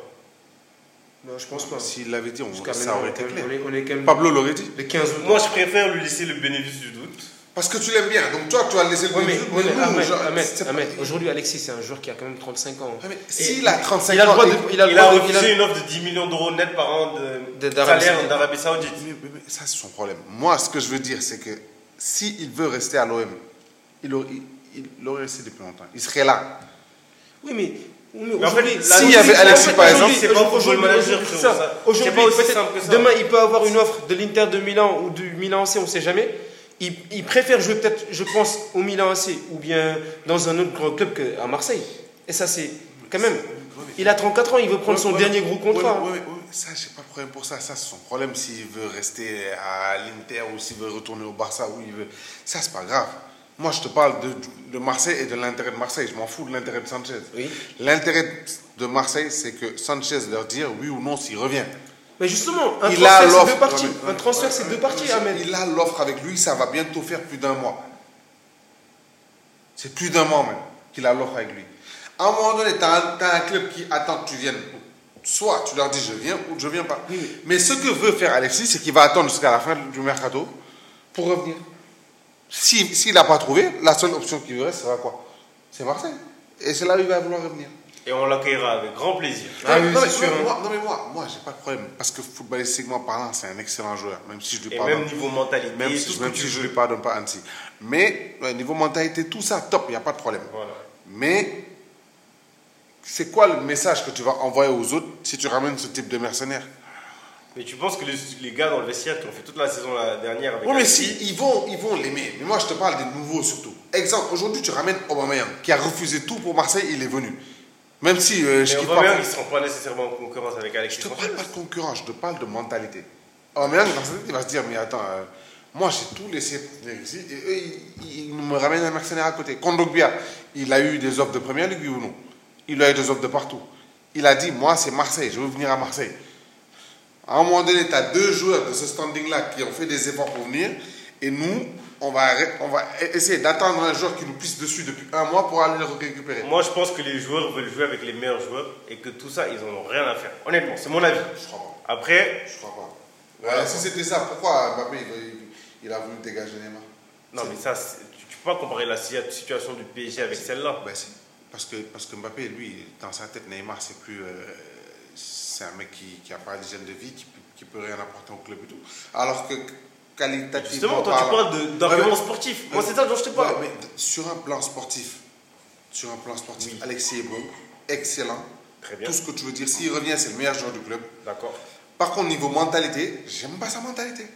Bah,
Non, je pense pas.
S'il l'avait dit, on,
Jusqu'à
ça
maintenant,
aurait été
on est-
clair.
on est- on est quand même
Pablo l'aurait dit.
le 15 août.
Moi, je préfère lui laisser le bénéfice du doute.
Parce que tu l'aimes bien. Donc toi, tu as laissé le
Ouais, mais,
bénéfice.
ouais, mais
nous,
Ahmed,
genre,
Ahmed,
c'est pas-
Ahmed, aujourd'hui, Alexis, c'est un joueur qui a quand même 35 ans.
Ouais, mais
Et-
S'il a 35
il a le
ans,
droit de-
et-
il a le
Il a
droit de- il a-
refusé une offre de 10 millions d'euros net par an de,
De- d'Arabie
salaire
Saoudite.
d'Arabie Saoudite.
Mais, mais- mais ça, c'est son problème. Moi, ce que je veux dire, c'est que s'il veut rester à l'OM, il aurait, il, il aurait resté depuis longtemps. Il serait là.
Oui, mais. oui, mais
Mais en fait,
aujourd'hui-
la-
s'il
y avait Alexis, par
aujourd'hui-
exemple,
c'est pas
aujourd'hui-
football
aujourd'hui,
manager,
aujourd'hui,
frérot,
ça.
ça. C'est
Aujourd'hui,
pas aussi
peut-être-
simple que ça.
demain, il peut avoir une offre de l'Inter de Milan ou du Milan AC, on ne sait jamais. Il, il préfère jouer peut-être, je pense, au Milan AC ou bien dans un autre grand club qu'à Marseille. Et ça, c'est quand même. Il a 34 ans, il veut prendre son
Ouais,
dernier
ouais,
gros contrat.
ouais, ouais, ouais, ouais. ça, j'ai pas de problème pour ça. Ça, c'est son problème. S'il veut rester à l'Inter ou s'il veut retourner au Barça ou il veut. Ça, c'est pas grave. Moi, je te parle de, de Marseille et de l'intérêt de Marseille. Je m'en fous de l'intérêt de Sanchez.
Oui.
L'intérêt de Marseille, c'est que Sanchez leur dire oui ou non s'il revient.
Mais justement, un
il a
transfert, c'est
l'offre.
deux parties.
Ouais, mais-
Un transfert, c'est
ouais,
deux
ouais,
parties,
monsieur,
Ahmed.
Il a l'offre avec lui, ça va bientôt faire plus d'un mois. C'est plus d'un mois même qu'il a l'offre avec lui. À un moment donné, tu as, un club qui attend que tu viennes. Soit tu leur dis je viens ou je viens pas. Mais ce que veut faire Alexis, c'est qu'il va attendre jusqu'à la fin du mercato pour revenir. Si- S'il n'a pas trouvé, la seule option qui lui reste sera quoi C'est Marseille. Et c'est là où il va vouloir revenir.
Et on l'accueillera avec grand plaisir.
Ah oui,
non,
c'est
mais,
sûr,
non,
hein.
moi, non, mais moi, moi j'ai pas de problème. Parce que footballistiquement parlant, c'est un excellent joueur. Même si je lui
Et
pardonne.
même niveau mentalité,
même
tout
si,
ce
même
que
si
tu
je
veux.
lui pardonne pas Annecy. Mais ouais, niveau mentalité, tout ça, top, il n'y a pas de problème.
Voilà.
Mais c'est quoi le message que tu vas envoyer aux autres si tu ramènes ce type de mercenaire
Mais tu penses que les, les gars dans le vestiaire qui ont fait toute la saison la dernière avec
Oui, mais
Alexis,
si, ils vont ils vont l'aimer. Mais moi, je te parle des nouveaux surtout. Exemple, aujourd'hui, tu ramènes Aubameyang, qui a refusé tout pour Marseille, il est venu. Même si euh, je
Mais
kiffe
Aubameyang,
pas.
ils ne seront pas nécessairement en concurrence avec Alexis
Je te
Sanchez.
parle pas de concurrence, je te parle de mentalité. Alors, mais là, dans sa tête, il va se dire, mais attends, euh, moi j'ai tout laissé pour venir ici, et eux, ils, ils me ramènent un mercenaire à côté. Kondogbia, il a eu des offres de première ligue, oui ou non Il a eu des offres de partout. Il a dit, moi c'est Marseille, je veux venir à Marseille. À un moment donné, tu as deux joueurs de ce standing-là qui ont fait des efforts pour venir, et nous, on va, arrêter- on va essayer d'attendre un joueur qui nous pisse dessus depuis un mois pour aller le récupérer.
Moi, je pense que les joueurs veulent jouer avec les meilleurs joueurs et que tout ça, ils n'en ont rien à faire. Honnêtement, c'est mon avis.
Je crois pas.
Après,
Je crois pas. Voilà, si c'était ça, pourquoi Mbappé il, veut- il a voulu dégager Neymar
non, mais ça, c'est- tu ne peux pas comparer la si- situation du PSG avec celle-là.
Ben, si. parce, que, parce que Mbappé, lui, dans sa tête, Neymar, c'est plus. euh, c'est un mec qui n'a pas d'hygiène de vie, qui, peut- qui peut rien apporter au club et tout. Alors que qualitativement.
Justement, toi, tu
parlant-
parles de-
Ouais,
d'argument
mais-
sportif. Moi, c'est ça dont je te parle.
Ouais, mais d- sur un plan sportif, sur un plan sportif, Alexis est bon, excellent.
Très bien.
Tout ce que tu veux dire, s'il revient, c'est le meilleur joueur du club.
D'accord.
Par contre, niveau mentalité, j'aime pas sa mentalité.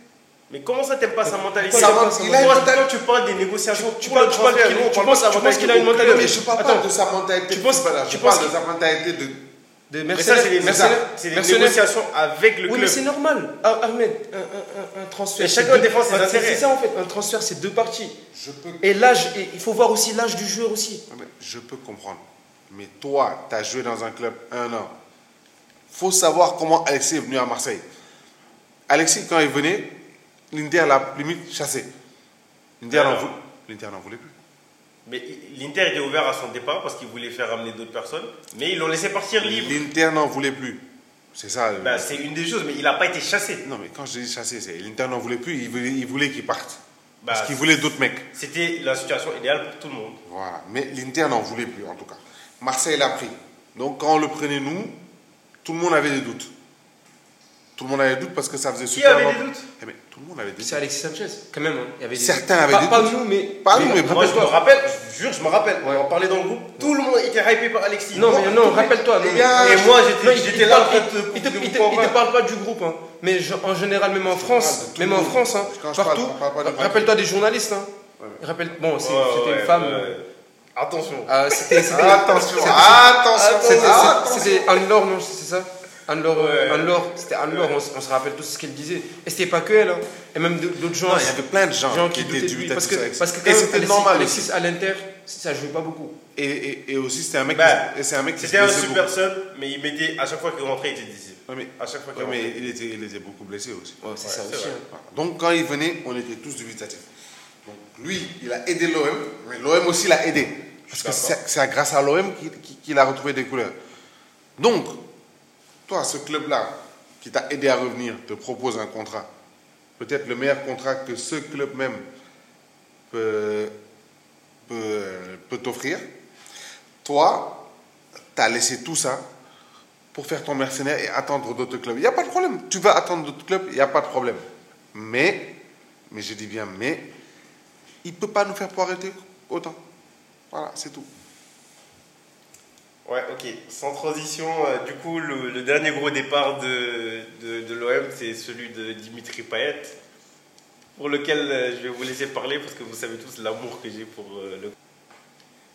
Mais comment ça, t'aimes pas sa mentalité
Ça
Toi,
manque- il a une
toi,
mentalité-
tu parles des négociations.
tu
pour le
parles- tu parles
transfert,
qu'il-
nous, on
tu
parle
penses-
pas de
tu
sa
penses qu'il a une
mentalité au
mentalité-
club.
Mais je parle
Attends.
pas de sa mentalité.
Tu penses-
footballeur, je
tu
parle
penses
de sa mentalité de.
De
Mais ça,
mercenaires.
c'est des,
mercenaires-
c'est des
mercenaires.
négociations avec le
Oui, mais
club.
c'est normal. Ah, Ahmed, un, un- un- un transfert.
Et chacun
c'est deux-
défend ses
un- c'est-
intérêts.
C'est ça en fait. Un transfert, c'est deux parties.
Je peux
Et l'âge, et il faut voir aussi l'âge du joueur aussi.
Ouais, mais Je peux comprendre. Mais toi, tu as joué dans un club un an. faut savoir comment Alexis est venu à Marseille. Alexis, quand il venait, l'Inter l'a limite chassé. L'Inter
Alors
l'en voulait- l'Inter n'en voulait plus.
Mais l'Inter était ouvert à son départ parce qu'il voulait faire ramener d'autres personnes. Mais ils l'ont laissé partir libre.
L'Inter n'en voulait plus. C'est ça. le-
Bah, c'est une des choses, mais il n'a pas été chassé.
non, mais quand je dis chasser, c'est l'Inter n'en voulait plus. Il voulait, il voulait qu'ils partent.
Bah,
parce qu'il voulait d'autres mecs.
C'était la situation idéale pour tout le monde.
Voilà. Mais l'Inter n'en voulait plus, en tout cas. Marseille l'a pris. Donc, quand on le prenait, nous, tout le monde avait des doutes. Tout le monde avait des doutes parce que ça faisait
Qui
super
avait des
longtemps-
doutes
Eh ben, Tout le monde avait des
C'est
doutes.
Alexis Sanchez, quand même. hein. Il y avait des-
Certains avaient
pas,
des
pas
doutes.
nous, mais.
Pas nous, mais
Moi, je me
rappelle-toi.
rappelle, je jure, je me rappelle. On en parlait dans le groupe. Tout le monde était hypé par Alexis.
Non,
Moi,
mais
tout le
non,
monde-
rappelle-toi. non,
les
mais-
gars,
Et moi,
Non,
j'étais
il-
j'étais
il
là en
parle-
fait
il- il te-
de vous
il te- il te
convaincre.
parle pas du groupe, hein. mais je- en général, même en
parle de
France,
tout
même
le
en
monde.
France, hein,
Quand je parle,
partout,
on parle pas de Mike.
rappelle-toi des journalistes. hein. Rappelle... Bon, c'est-
Ouais,
c'était
ouais,
une femme.
ouais.
euh,
Attention.
euh, c'était- c'était-
Ah, Attention,
c'était-
attention,
C'était- c'était-
attention.
C'était Anne-Laure, non, c'est ça Anne-Laure, euh,
Ouais.
Anne-Laure, c'était Anne-Laure, on, se- on se rappelle tous ce qu'elle disait. Et c'était pas que elle, hein. et même d- d'autres gens.
Non, il y avait plein de gens qui étaient
doutaient de lui,
dubitatifs
Parce que,
avec ça.
parce que quand
Et
même,
c'était
Alexis-
normal
Alexis à l'Inter, ça jouait pas beaucoup.
Et, et, et aussi, c'était un mec,
Bah,
qui, et c'est un mec qui se
C'était un
blessait
super
beaucoup.
seul, mais il mettait, à chaque fois qu'il rentrait, il était disible.
Ouais, mais,
À chaque fois qu'il
ouais, mais
rentrait.
il, était, il était beaucoup blessé aussi.
Ouais, c'est ça
c'est
aussi.
vrai.
hein.
Voilà. Donc, quand il venait, on était tous dubitatifs. Donc, lui, il a aidé l'OM, mais l'OM aussi l'a aidé. Parce que c'est c'est grâce à l'OM qu'il qu'il a retrouvé des couleurs. Donc, toi, ce club-là, qui t'a aidé à revenir, te propose un contrat. Peut-être le meilleur contrat que ce club même peut, peut, peut t'offrir. Toi, t'as laissé tout ça pour faire ton mercenaire et attendre d'autres clubs. Il n'y a pas de problème. Tu vas attendre d'autres clubs, il n'y a pas de problème. Mais, mais je dis bien mais, il ne peut pas nous faire pour arrêter autant. Voilà, c'est tout.
Ouais, ok. Sans transition, euh, du coup, le, le dernier gros départ de, de, de l'OM, c'est celui de Dimitri Payet, pour lequel euh, je vais vous laisser parler parce que vous savez tous l'amour que j'ai pour euh, le.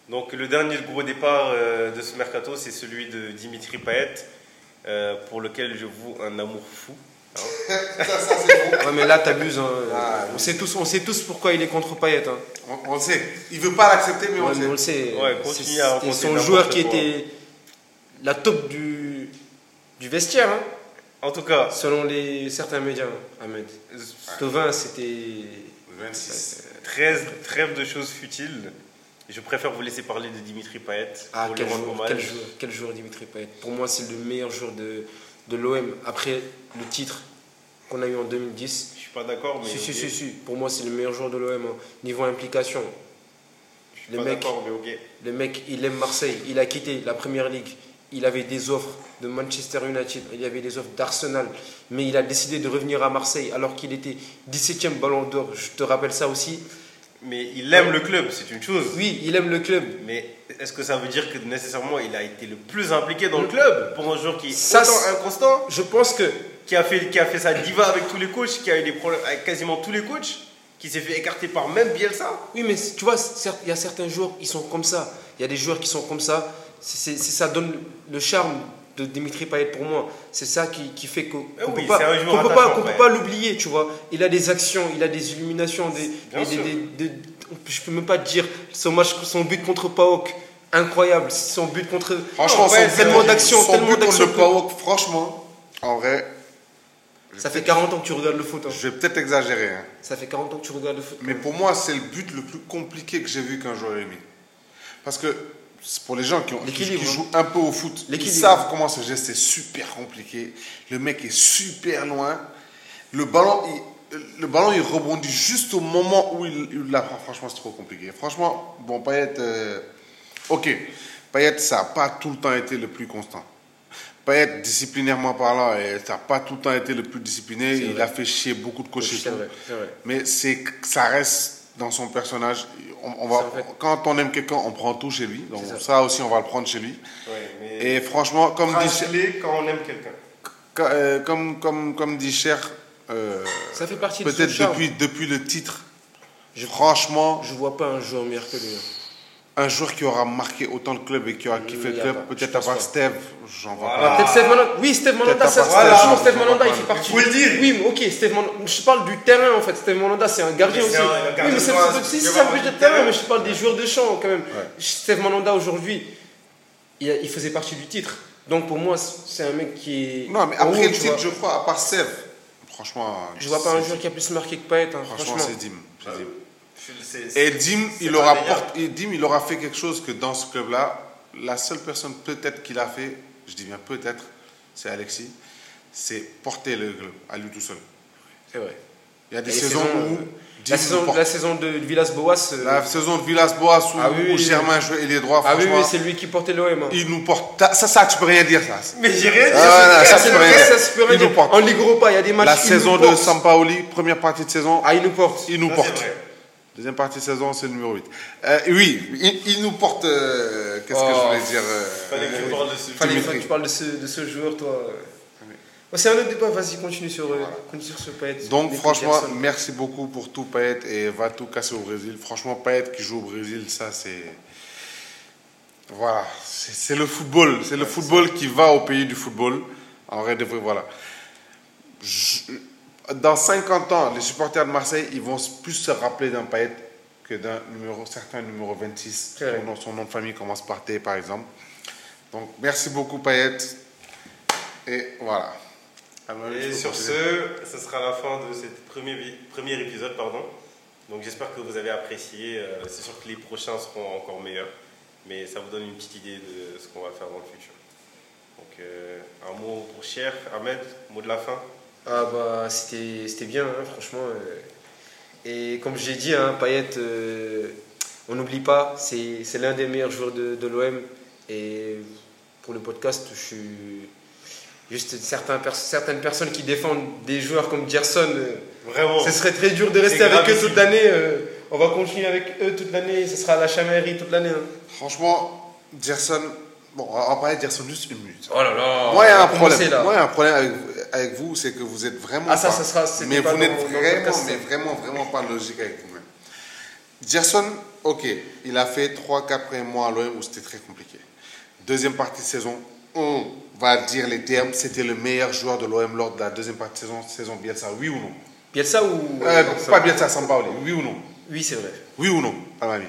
Donc, le dernier gros départ euh, de ce mercato, c'est celui de Dimitri Payet, euh, pour lequel je vous un amour fou. hein.
Ouais, mais là, t'abuses. hein.
Ah,
on, sait tous, on sait tous pourquoi il est contre Payet. Hein.
On, on le sait. Il ne veut pas l'accepter, mais
Ouais,
on
mais on
le
le sait.
sait.
Ouais,
C'est-
continue à
C'était
raconter
son
n'importe
joueur qui
quoi.
était la top du, du vestiaire, hein,
En tout cas,
selon les, certains médias, Ahmed. Tovin, c'était.
26.
13 trêve de choses futiles. Je préfère vous laisser parler de Dimitri Payet.
Ah,
pour lui
quel
rendre
joueur,
hommage.
quel joueur, quel joueur Dimitri Payet. Pour moi, c'est le meilleur joueur de, de l'OM après le titre qu'on a eu en 2010.
Je suis pas d'accord, mais.
Si, si,
ok.
si, si. Pour moi, c'est le meilleur joueur de l'OM. hein. Niveau implication,
Je suis
Le
pas
mec-
d'accord, mais ok.
Le mec, il aime Marseille. Il a quitté la première ligue. Il avait des offres de Manchester United. Il avait des offres d'Arsenal. Mais il a décidé de revenir à Marseille alors qu'il était 17e ballon d'or. Je te rappelle ça aussi.
Mais il aime le club, c'est une chose.
Oui, il aime le club.
Mais est-ce que ça veut dire que nécessairement il a été le plus impliqué dans le club pour un joueur qui est
Ça,
autant
c'est-
inconstant,
Je pense que.
qui a, fait, qui a fait sa diva avec tous les coachs, qui a eu des problèmes avec quasiment tous les coachs, qui s'est fait écarter par même Bielsa
Oui, mais tu vois, certes, il y a certains joueurs qui sont comme ça. Il y a des joueurs qui sont comme ça. C'est, c'est- ça donne le charme de Dimitri Payet pour moi. C'est ça qui, qui fait qu'on
Eh
qu'on
oui,
peut pas,
c'est un joueur
qu'on peut pas,
attachant,
qu'on peut
ouais.
pas l'oublier, tu vois. Il a des actions, il a des illuminations, des,
Bien
des- des-
sûr.
des- des- je peux même pas te dire son match, son but contre PAOK, incroyable. Son but contre,
Franchement,
Ouais,
son,
c'est
tellement
but-
d'actions,
son
tellement
but contre
d'actions
le
que-
PAOK, franchement, en vrai,
ça fait 40 ans que tu regardes le foot. hein.
je vais peut-être exagérer. hein.
Ça fait 40 ans que tu regardes le foot.
Mais pour moi, c'est le but le plus compliqué que j'ai vu qu'un joueur ait mis. Parce que c'est pour les gens qui, ont- qui-
L'équilibre,
qui
hein.
jouent un peu au foot, ils
L'équilibre.
savent comment ce geste est super compliqué. Le mec est super loin. Le ballon, il, le ballon, il rebondit juste au moment où il, il la prend. Franchement, c'est trop compliqué. Franchement, bon, Payet, euh, ok. Payet, ça n'a pas tout le temps été le plus constant. Payet, disciplinairement parlant, euh, ça n'a pas tout le temps été le plus discipliné. Il a fait chier beaucoup de coachs. et
c'est
tout.
vrai, c'est vrai.
Mais c'est que ça reste dans son personnage. On, on va,
C'est vrai.
quand on aime quelqu'un, on prend tout chez lui. Donc
C'est
ça.
ça.
aussi, on va le prendre chez lui.
Ouais, mais.
Et franchement, comme dit, Cher-
Crache-les quand on aime quelqu'un.
ca- euh, comme, comme, comme dit Cher, euh,
Ça fait partie de son
peut-être
charme.
depuis, depuis le titre,
Je-
franchement,
Je vois pas un joueur meilleur que lui. hein.
un joueur qui aura marqué autant le club et qui aura kiffé
y
le
a
club,
pas. Je
peut-être
pense
avant
pas.
Steve, j'en vois
Voilà.
pas.
Peut-être Steve Mandanda. Oui, Steve Mandanda,
Ah. Peut-être
ça
à
se
part
voit
Steve,
toujours.
je
Steve
comprends
Mandanda, il
pas.
fait partie.
Faut le dire.
Oui, mais ok, Steve Mandanda. Je parle du terrain en fait. Steve Mandanda, c'est un gardien
Mais
aussi.
c'est un- un
Oui,
gardien
mais c'est
de droit,
si,
c'est
si,
un
c'est un peu
gardien
de
de
terrain,
terrain.
mais je parle des joueurs de champ quand même. Steve Mandanda aujourd'hui, il, a- il faisait partie du titre. Donc pour moi, c'est un mec qui est.
Non, mais
en haut,
après le
Oh, tu
titre,
vois.
je crois, à part Steve, franchement,
je vois pas un
c'est-
joueur qui a plus marqué que Payet. hein,
Franchement,
franchement,
c'est Dim. c'est Dim. Et Dim, il aura, porté- et Dim, il aura fait quelque chose que dans ce club-là, la seule personne peut-être qu'il a fait, je dis bien peut-être, c'est Alexis, c'est porter le club à lui tout seul.
C'est vrai.
Il y a des
Et les
saisons
saisons,
où
euh,
Dim
La saison,
porte.
la saison de Villas-Boas, euh,
la, saison de Villas-Boas où,
Ah oui,
où
oui.
Germain jouait ailier droit,
ah oui,
franchement,
oui, c'est lui qui portait l'OM. hein.
il nous porte. Ça, ça, tu peux rien dire, ça.
Mais j'ai rien dit.
Ah,
c'est
voilà,
vrai,
ça,
c'est
tu peux
vrai,
rien
ça,
dire.
tu peux rien
Il nous
dire.
porte.
En Ligue Europa, il y a des matchs.
La
il nous
saison de
porte.
Sampaoli, première partie de saison,
Ah, il nous porte.
il nous
Ça, c'est
porte.
vrai.
Deuxième partie de saison, c'est le numéro 8. Euh, oui, il, il nous porte. euh, Qu'est-ce que
Oh.
je voulais dire euh,
Fallait que tu parles de ce-
Fallait
Dimitri.
que tu parles de ce, de ce joueur, toi. Ah, Ouais, c'est un autre débat, vas-y, continue sur, euh, continue sur ce paillette.
Donc franchement, merci beaucoup pour tout Payet et va tout casser au Brésil. Franchement, Payet qui joue au Brésil, ça c'est voilà, c'est c'est le football, c'est le football qui va au pays du football. En vrai de vrai, voilà. Je- Dans 50 ans, les supporters de Marseille, ils vont plus se rappeler d'un Payet que d'un numéro certain numéro 26.
C'est vrai.
Son nom- Son nom de famille commence par T, par exemple. Donc merci beaucoup Payet et voilà.
Et sur ce, ce sera la fin de ce premier, vi- premier épisode. pardon. Donc j'espère que vous avez apprécié. Euh, C'est sûr que les prochains seront encore meilleurs. Mais ça vous donne une petite idée de ce qu'on va faire dans le futur. Donc euh, un mot pour Cher, Ahmed, mot de la fin.
Ah bah c'était c'était bien hein, franchement. euh. Et comme j'ai dit, hein, Payet, euh, on n'oublie pas, c'est c'est l'un des meilleurs joueurs de, de l'OM. Et pour le podcast, je suis juste certains pers- certaines personnes qui défendent des joueurs comme Gerson. euh,
Vraiment.
ce serait très dur de
C'est
rester avec eux
gravissime.
toute l'année. euh. on va continuer avec eux toute l'année. Ce sera la chamairie toute l'année. hein.
Franchement, Gerson, bon, on va parler de Gerson juste une minute.
Oh là là.
Moi, il y a un
on va commencer,
problème.
là.
Moi, il y a un problème avec, avec vous, c'est que vous êtes vraiment.
Ah, ça,
pas-
ça sera- c'était
Mais
pas
vous
dans-
n'êtes
dans le
vraiment,
podcast,
mais vraiment, vraiment pas logique avec vous-même. Gerson, ok, il a fait 3-4 premiers mois à l'OM où c'était très compliqué. Deuxième partie de saison, on va dire les termes, c'était le meilleur joueur de l'OM lors de la deuxième partie de saison, saison Bielsa, oui ou non
Bielsa ou
Euh, Pas Bielsa, Sampaoli, oui ou non
Oui, c'est vrai.
Oui ou non Ah, mamie.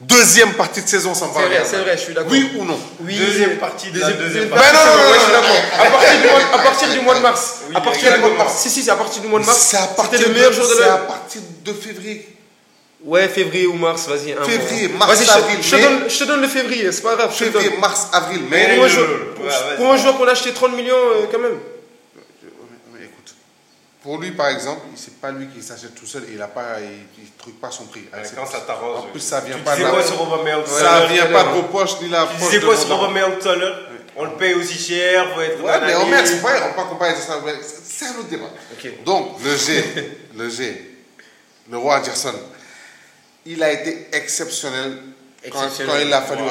Deuxième partie de saison,
C'est
Sampaoli.
vrai, c'est vrai, je suis d'accord.
Oui ou non
Oui.
Deuxième partie de la deuxième
partie.
Ben non, non, non,
Ouais,
je suis d'accord. À partir du mois- à partir du mois de mars.
Oui,
À partir du mois de
exactement.
mars. Si, si, c'est à partir du mois de mars.
C'est à partir
C'était le
de-
meilleur jour de
c'est à
l'année.
partir de février.
Ouais, février ou mars, vas-y. un
Février,
mois.
mars,
Vas-y, je-
avril,
je te
mai.
donne- je te donne le février, c'est pas grave. je te
Février,
donne.
mars, avril,
Pour
mai.
un joueur-
Ouais, ouais,
Pour un joueur qu'on a acheté 30 millions, euh, quand même.
Mais écoute, pour lui par exemple, c'est pas lui qui s'achète tout seul. Il a pas, il, il truc pas son prix.
Ouais,
Ah, C'est-
Quand ça t'arrange.
En plus, ça vient
Tu
pas de
disais
la-
quoi sur Aubameyang tout à
Ça
l'heure
vient pas de vos poches ni la
Tu
poche
disais
de
quoi
vos
sur
parents.
Aubameyang tout à l'heure On le paye aussi cher, faut être
Ouais, mais
banaliste.
on merde, c'est pas, on pas comparer ça. mais c'est- C'est un autre débat.
Ok.
Donc le G, le G, le roi Gerson, il a été exceptionnel. Quand,
Exceptionnel.
quand il a fallu,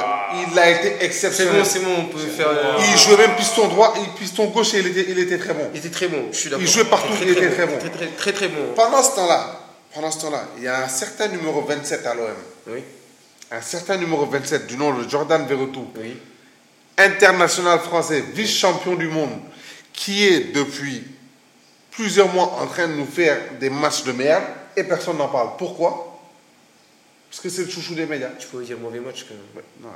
il a été
C'est
exceptionnel.
bon, c'est bon, on peut faire. euh,
Il jouait même piston droit et piston gauche et il était, il était très bon.
Il était très bon, je suis d'accord.
Il jouait partout, il était très bon.
Très, très, très, très bon.
Pendant ce temps-là, pendant ce temps-là, il y a un certain numéro 27 à l'OM,
Oui,
un certain numéro 27 du nom de Jordan Verretou,
oui.
international français, vice-champion du monde, qui est depuis plusieurs mois en train de nous faire des matchs de merde et personne n'en parle. Pourquoi Parce que c'est le chouchou des médias.
Tu peux dire mauvais match, quand même.
Ouais, Non,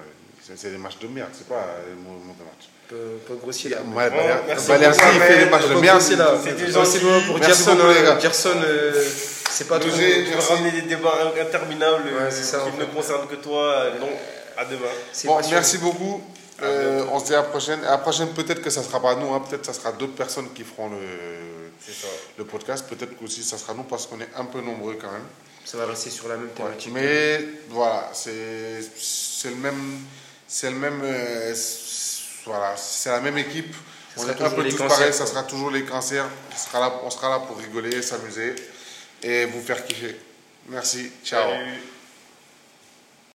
c'est c'est des matchs de merde, c'est pas euh, mon, mon match.
Peu, peu grossier,
Il y
là.
a-
mais-
ouais, Valère-
merci
Valère,
beaucoup,
il fait des matchs de
Peu
merde.
grossier, là.
C'était
Ouais,
gentil.
C'est bon pour
Merci
Gerson.
beaucoup, les
euh,
gars.
Gerson, euh, c'est pas trop.
J'ai-
Tu vas ramener des débats interminables euh,
Ouais, c'est ça, en
qui ne
fait.
concernent que toi. Non, à demain.
c'est
Bon,
pas sûr.
merci beaucoup. Euh, on se dit à la prochaine. À la prochaine, peut-être que ça sera pas nous, hein. peut-être que ça sera d'autres personnes qui feront le,
C'est ça.
le podcast. Peut-être que aussi ça sera nous parce qu'on est un peu nombreux quand même.
Ça va rester sur la même thématique.
Mais voilà, c'est c'est le même, c'est le même, euh, c'est- voilà, c'est la même équipe.
Ça
on
sera
est un
toujours
peu
les
tous
cancers,
pareils. Ça
quoi.
sera toujours les cancers. On sera là, on sera là pour rigoler, s'amuser et vous faire kiffer. Merci. Ciao.
Salut.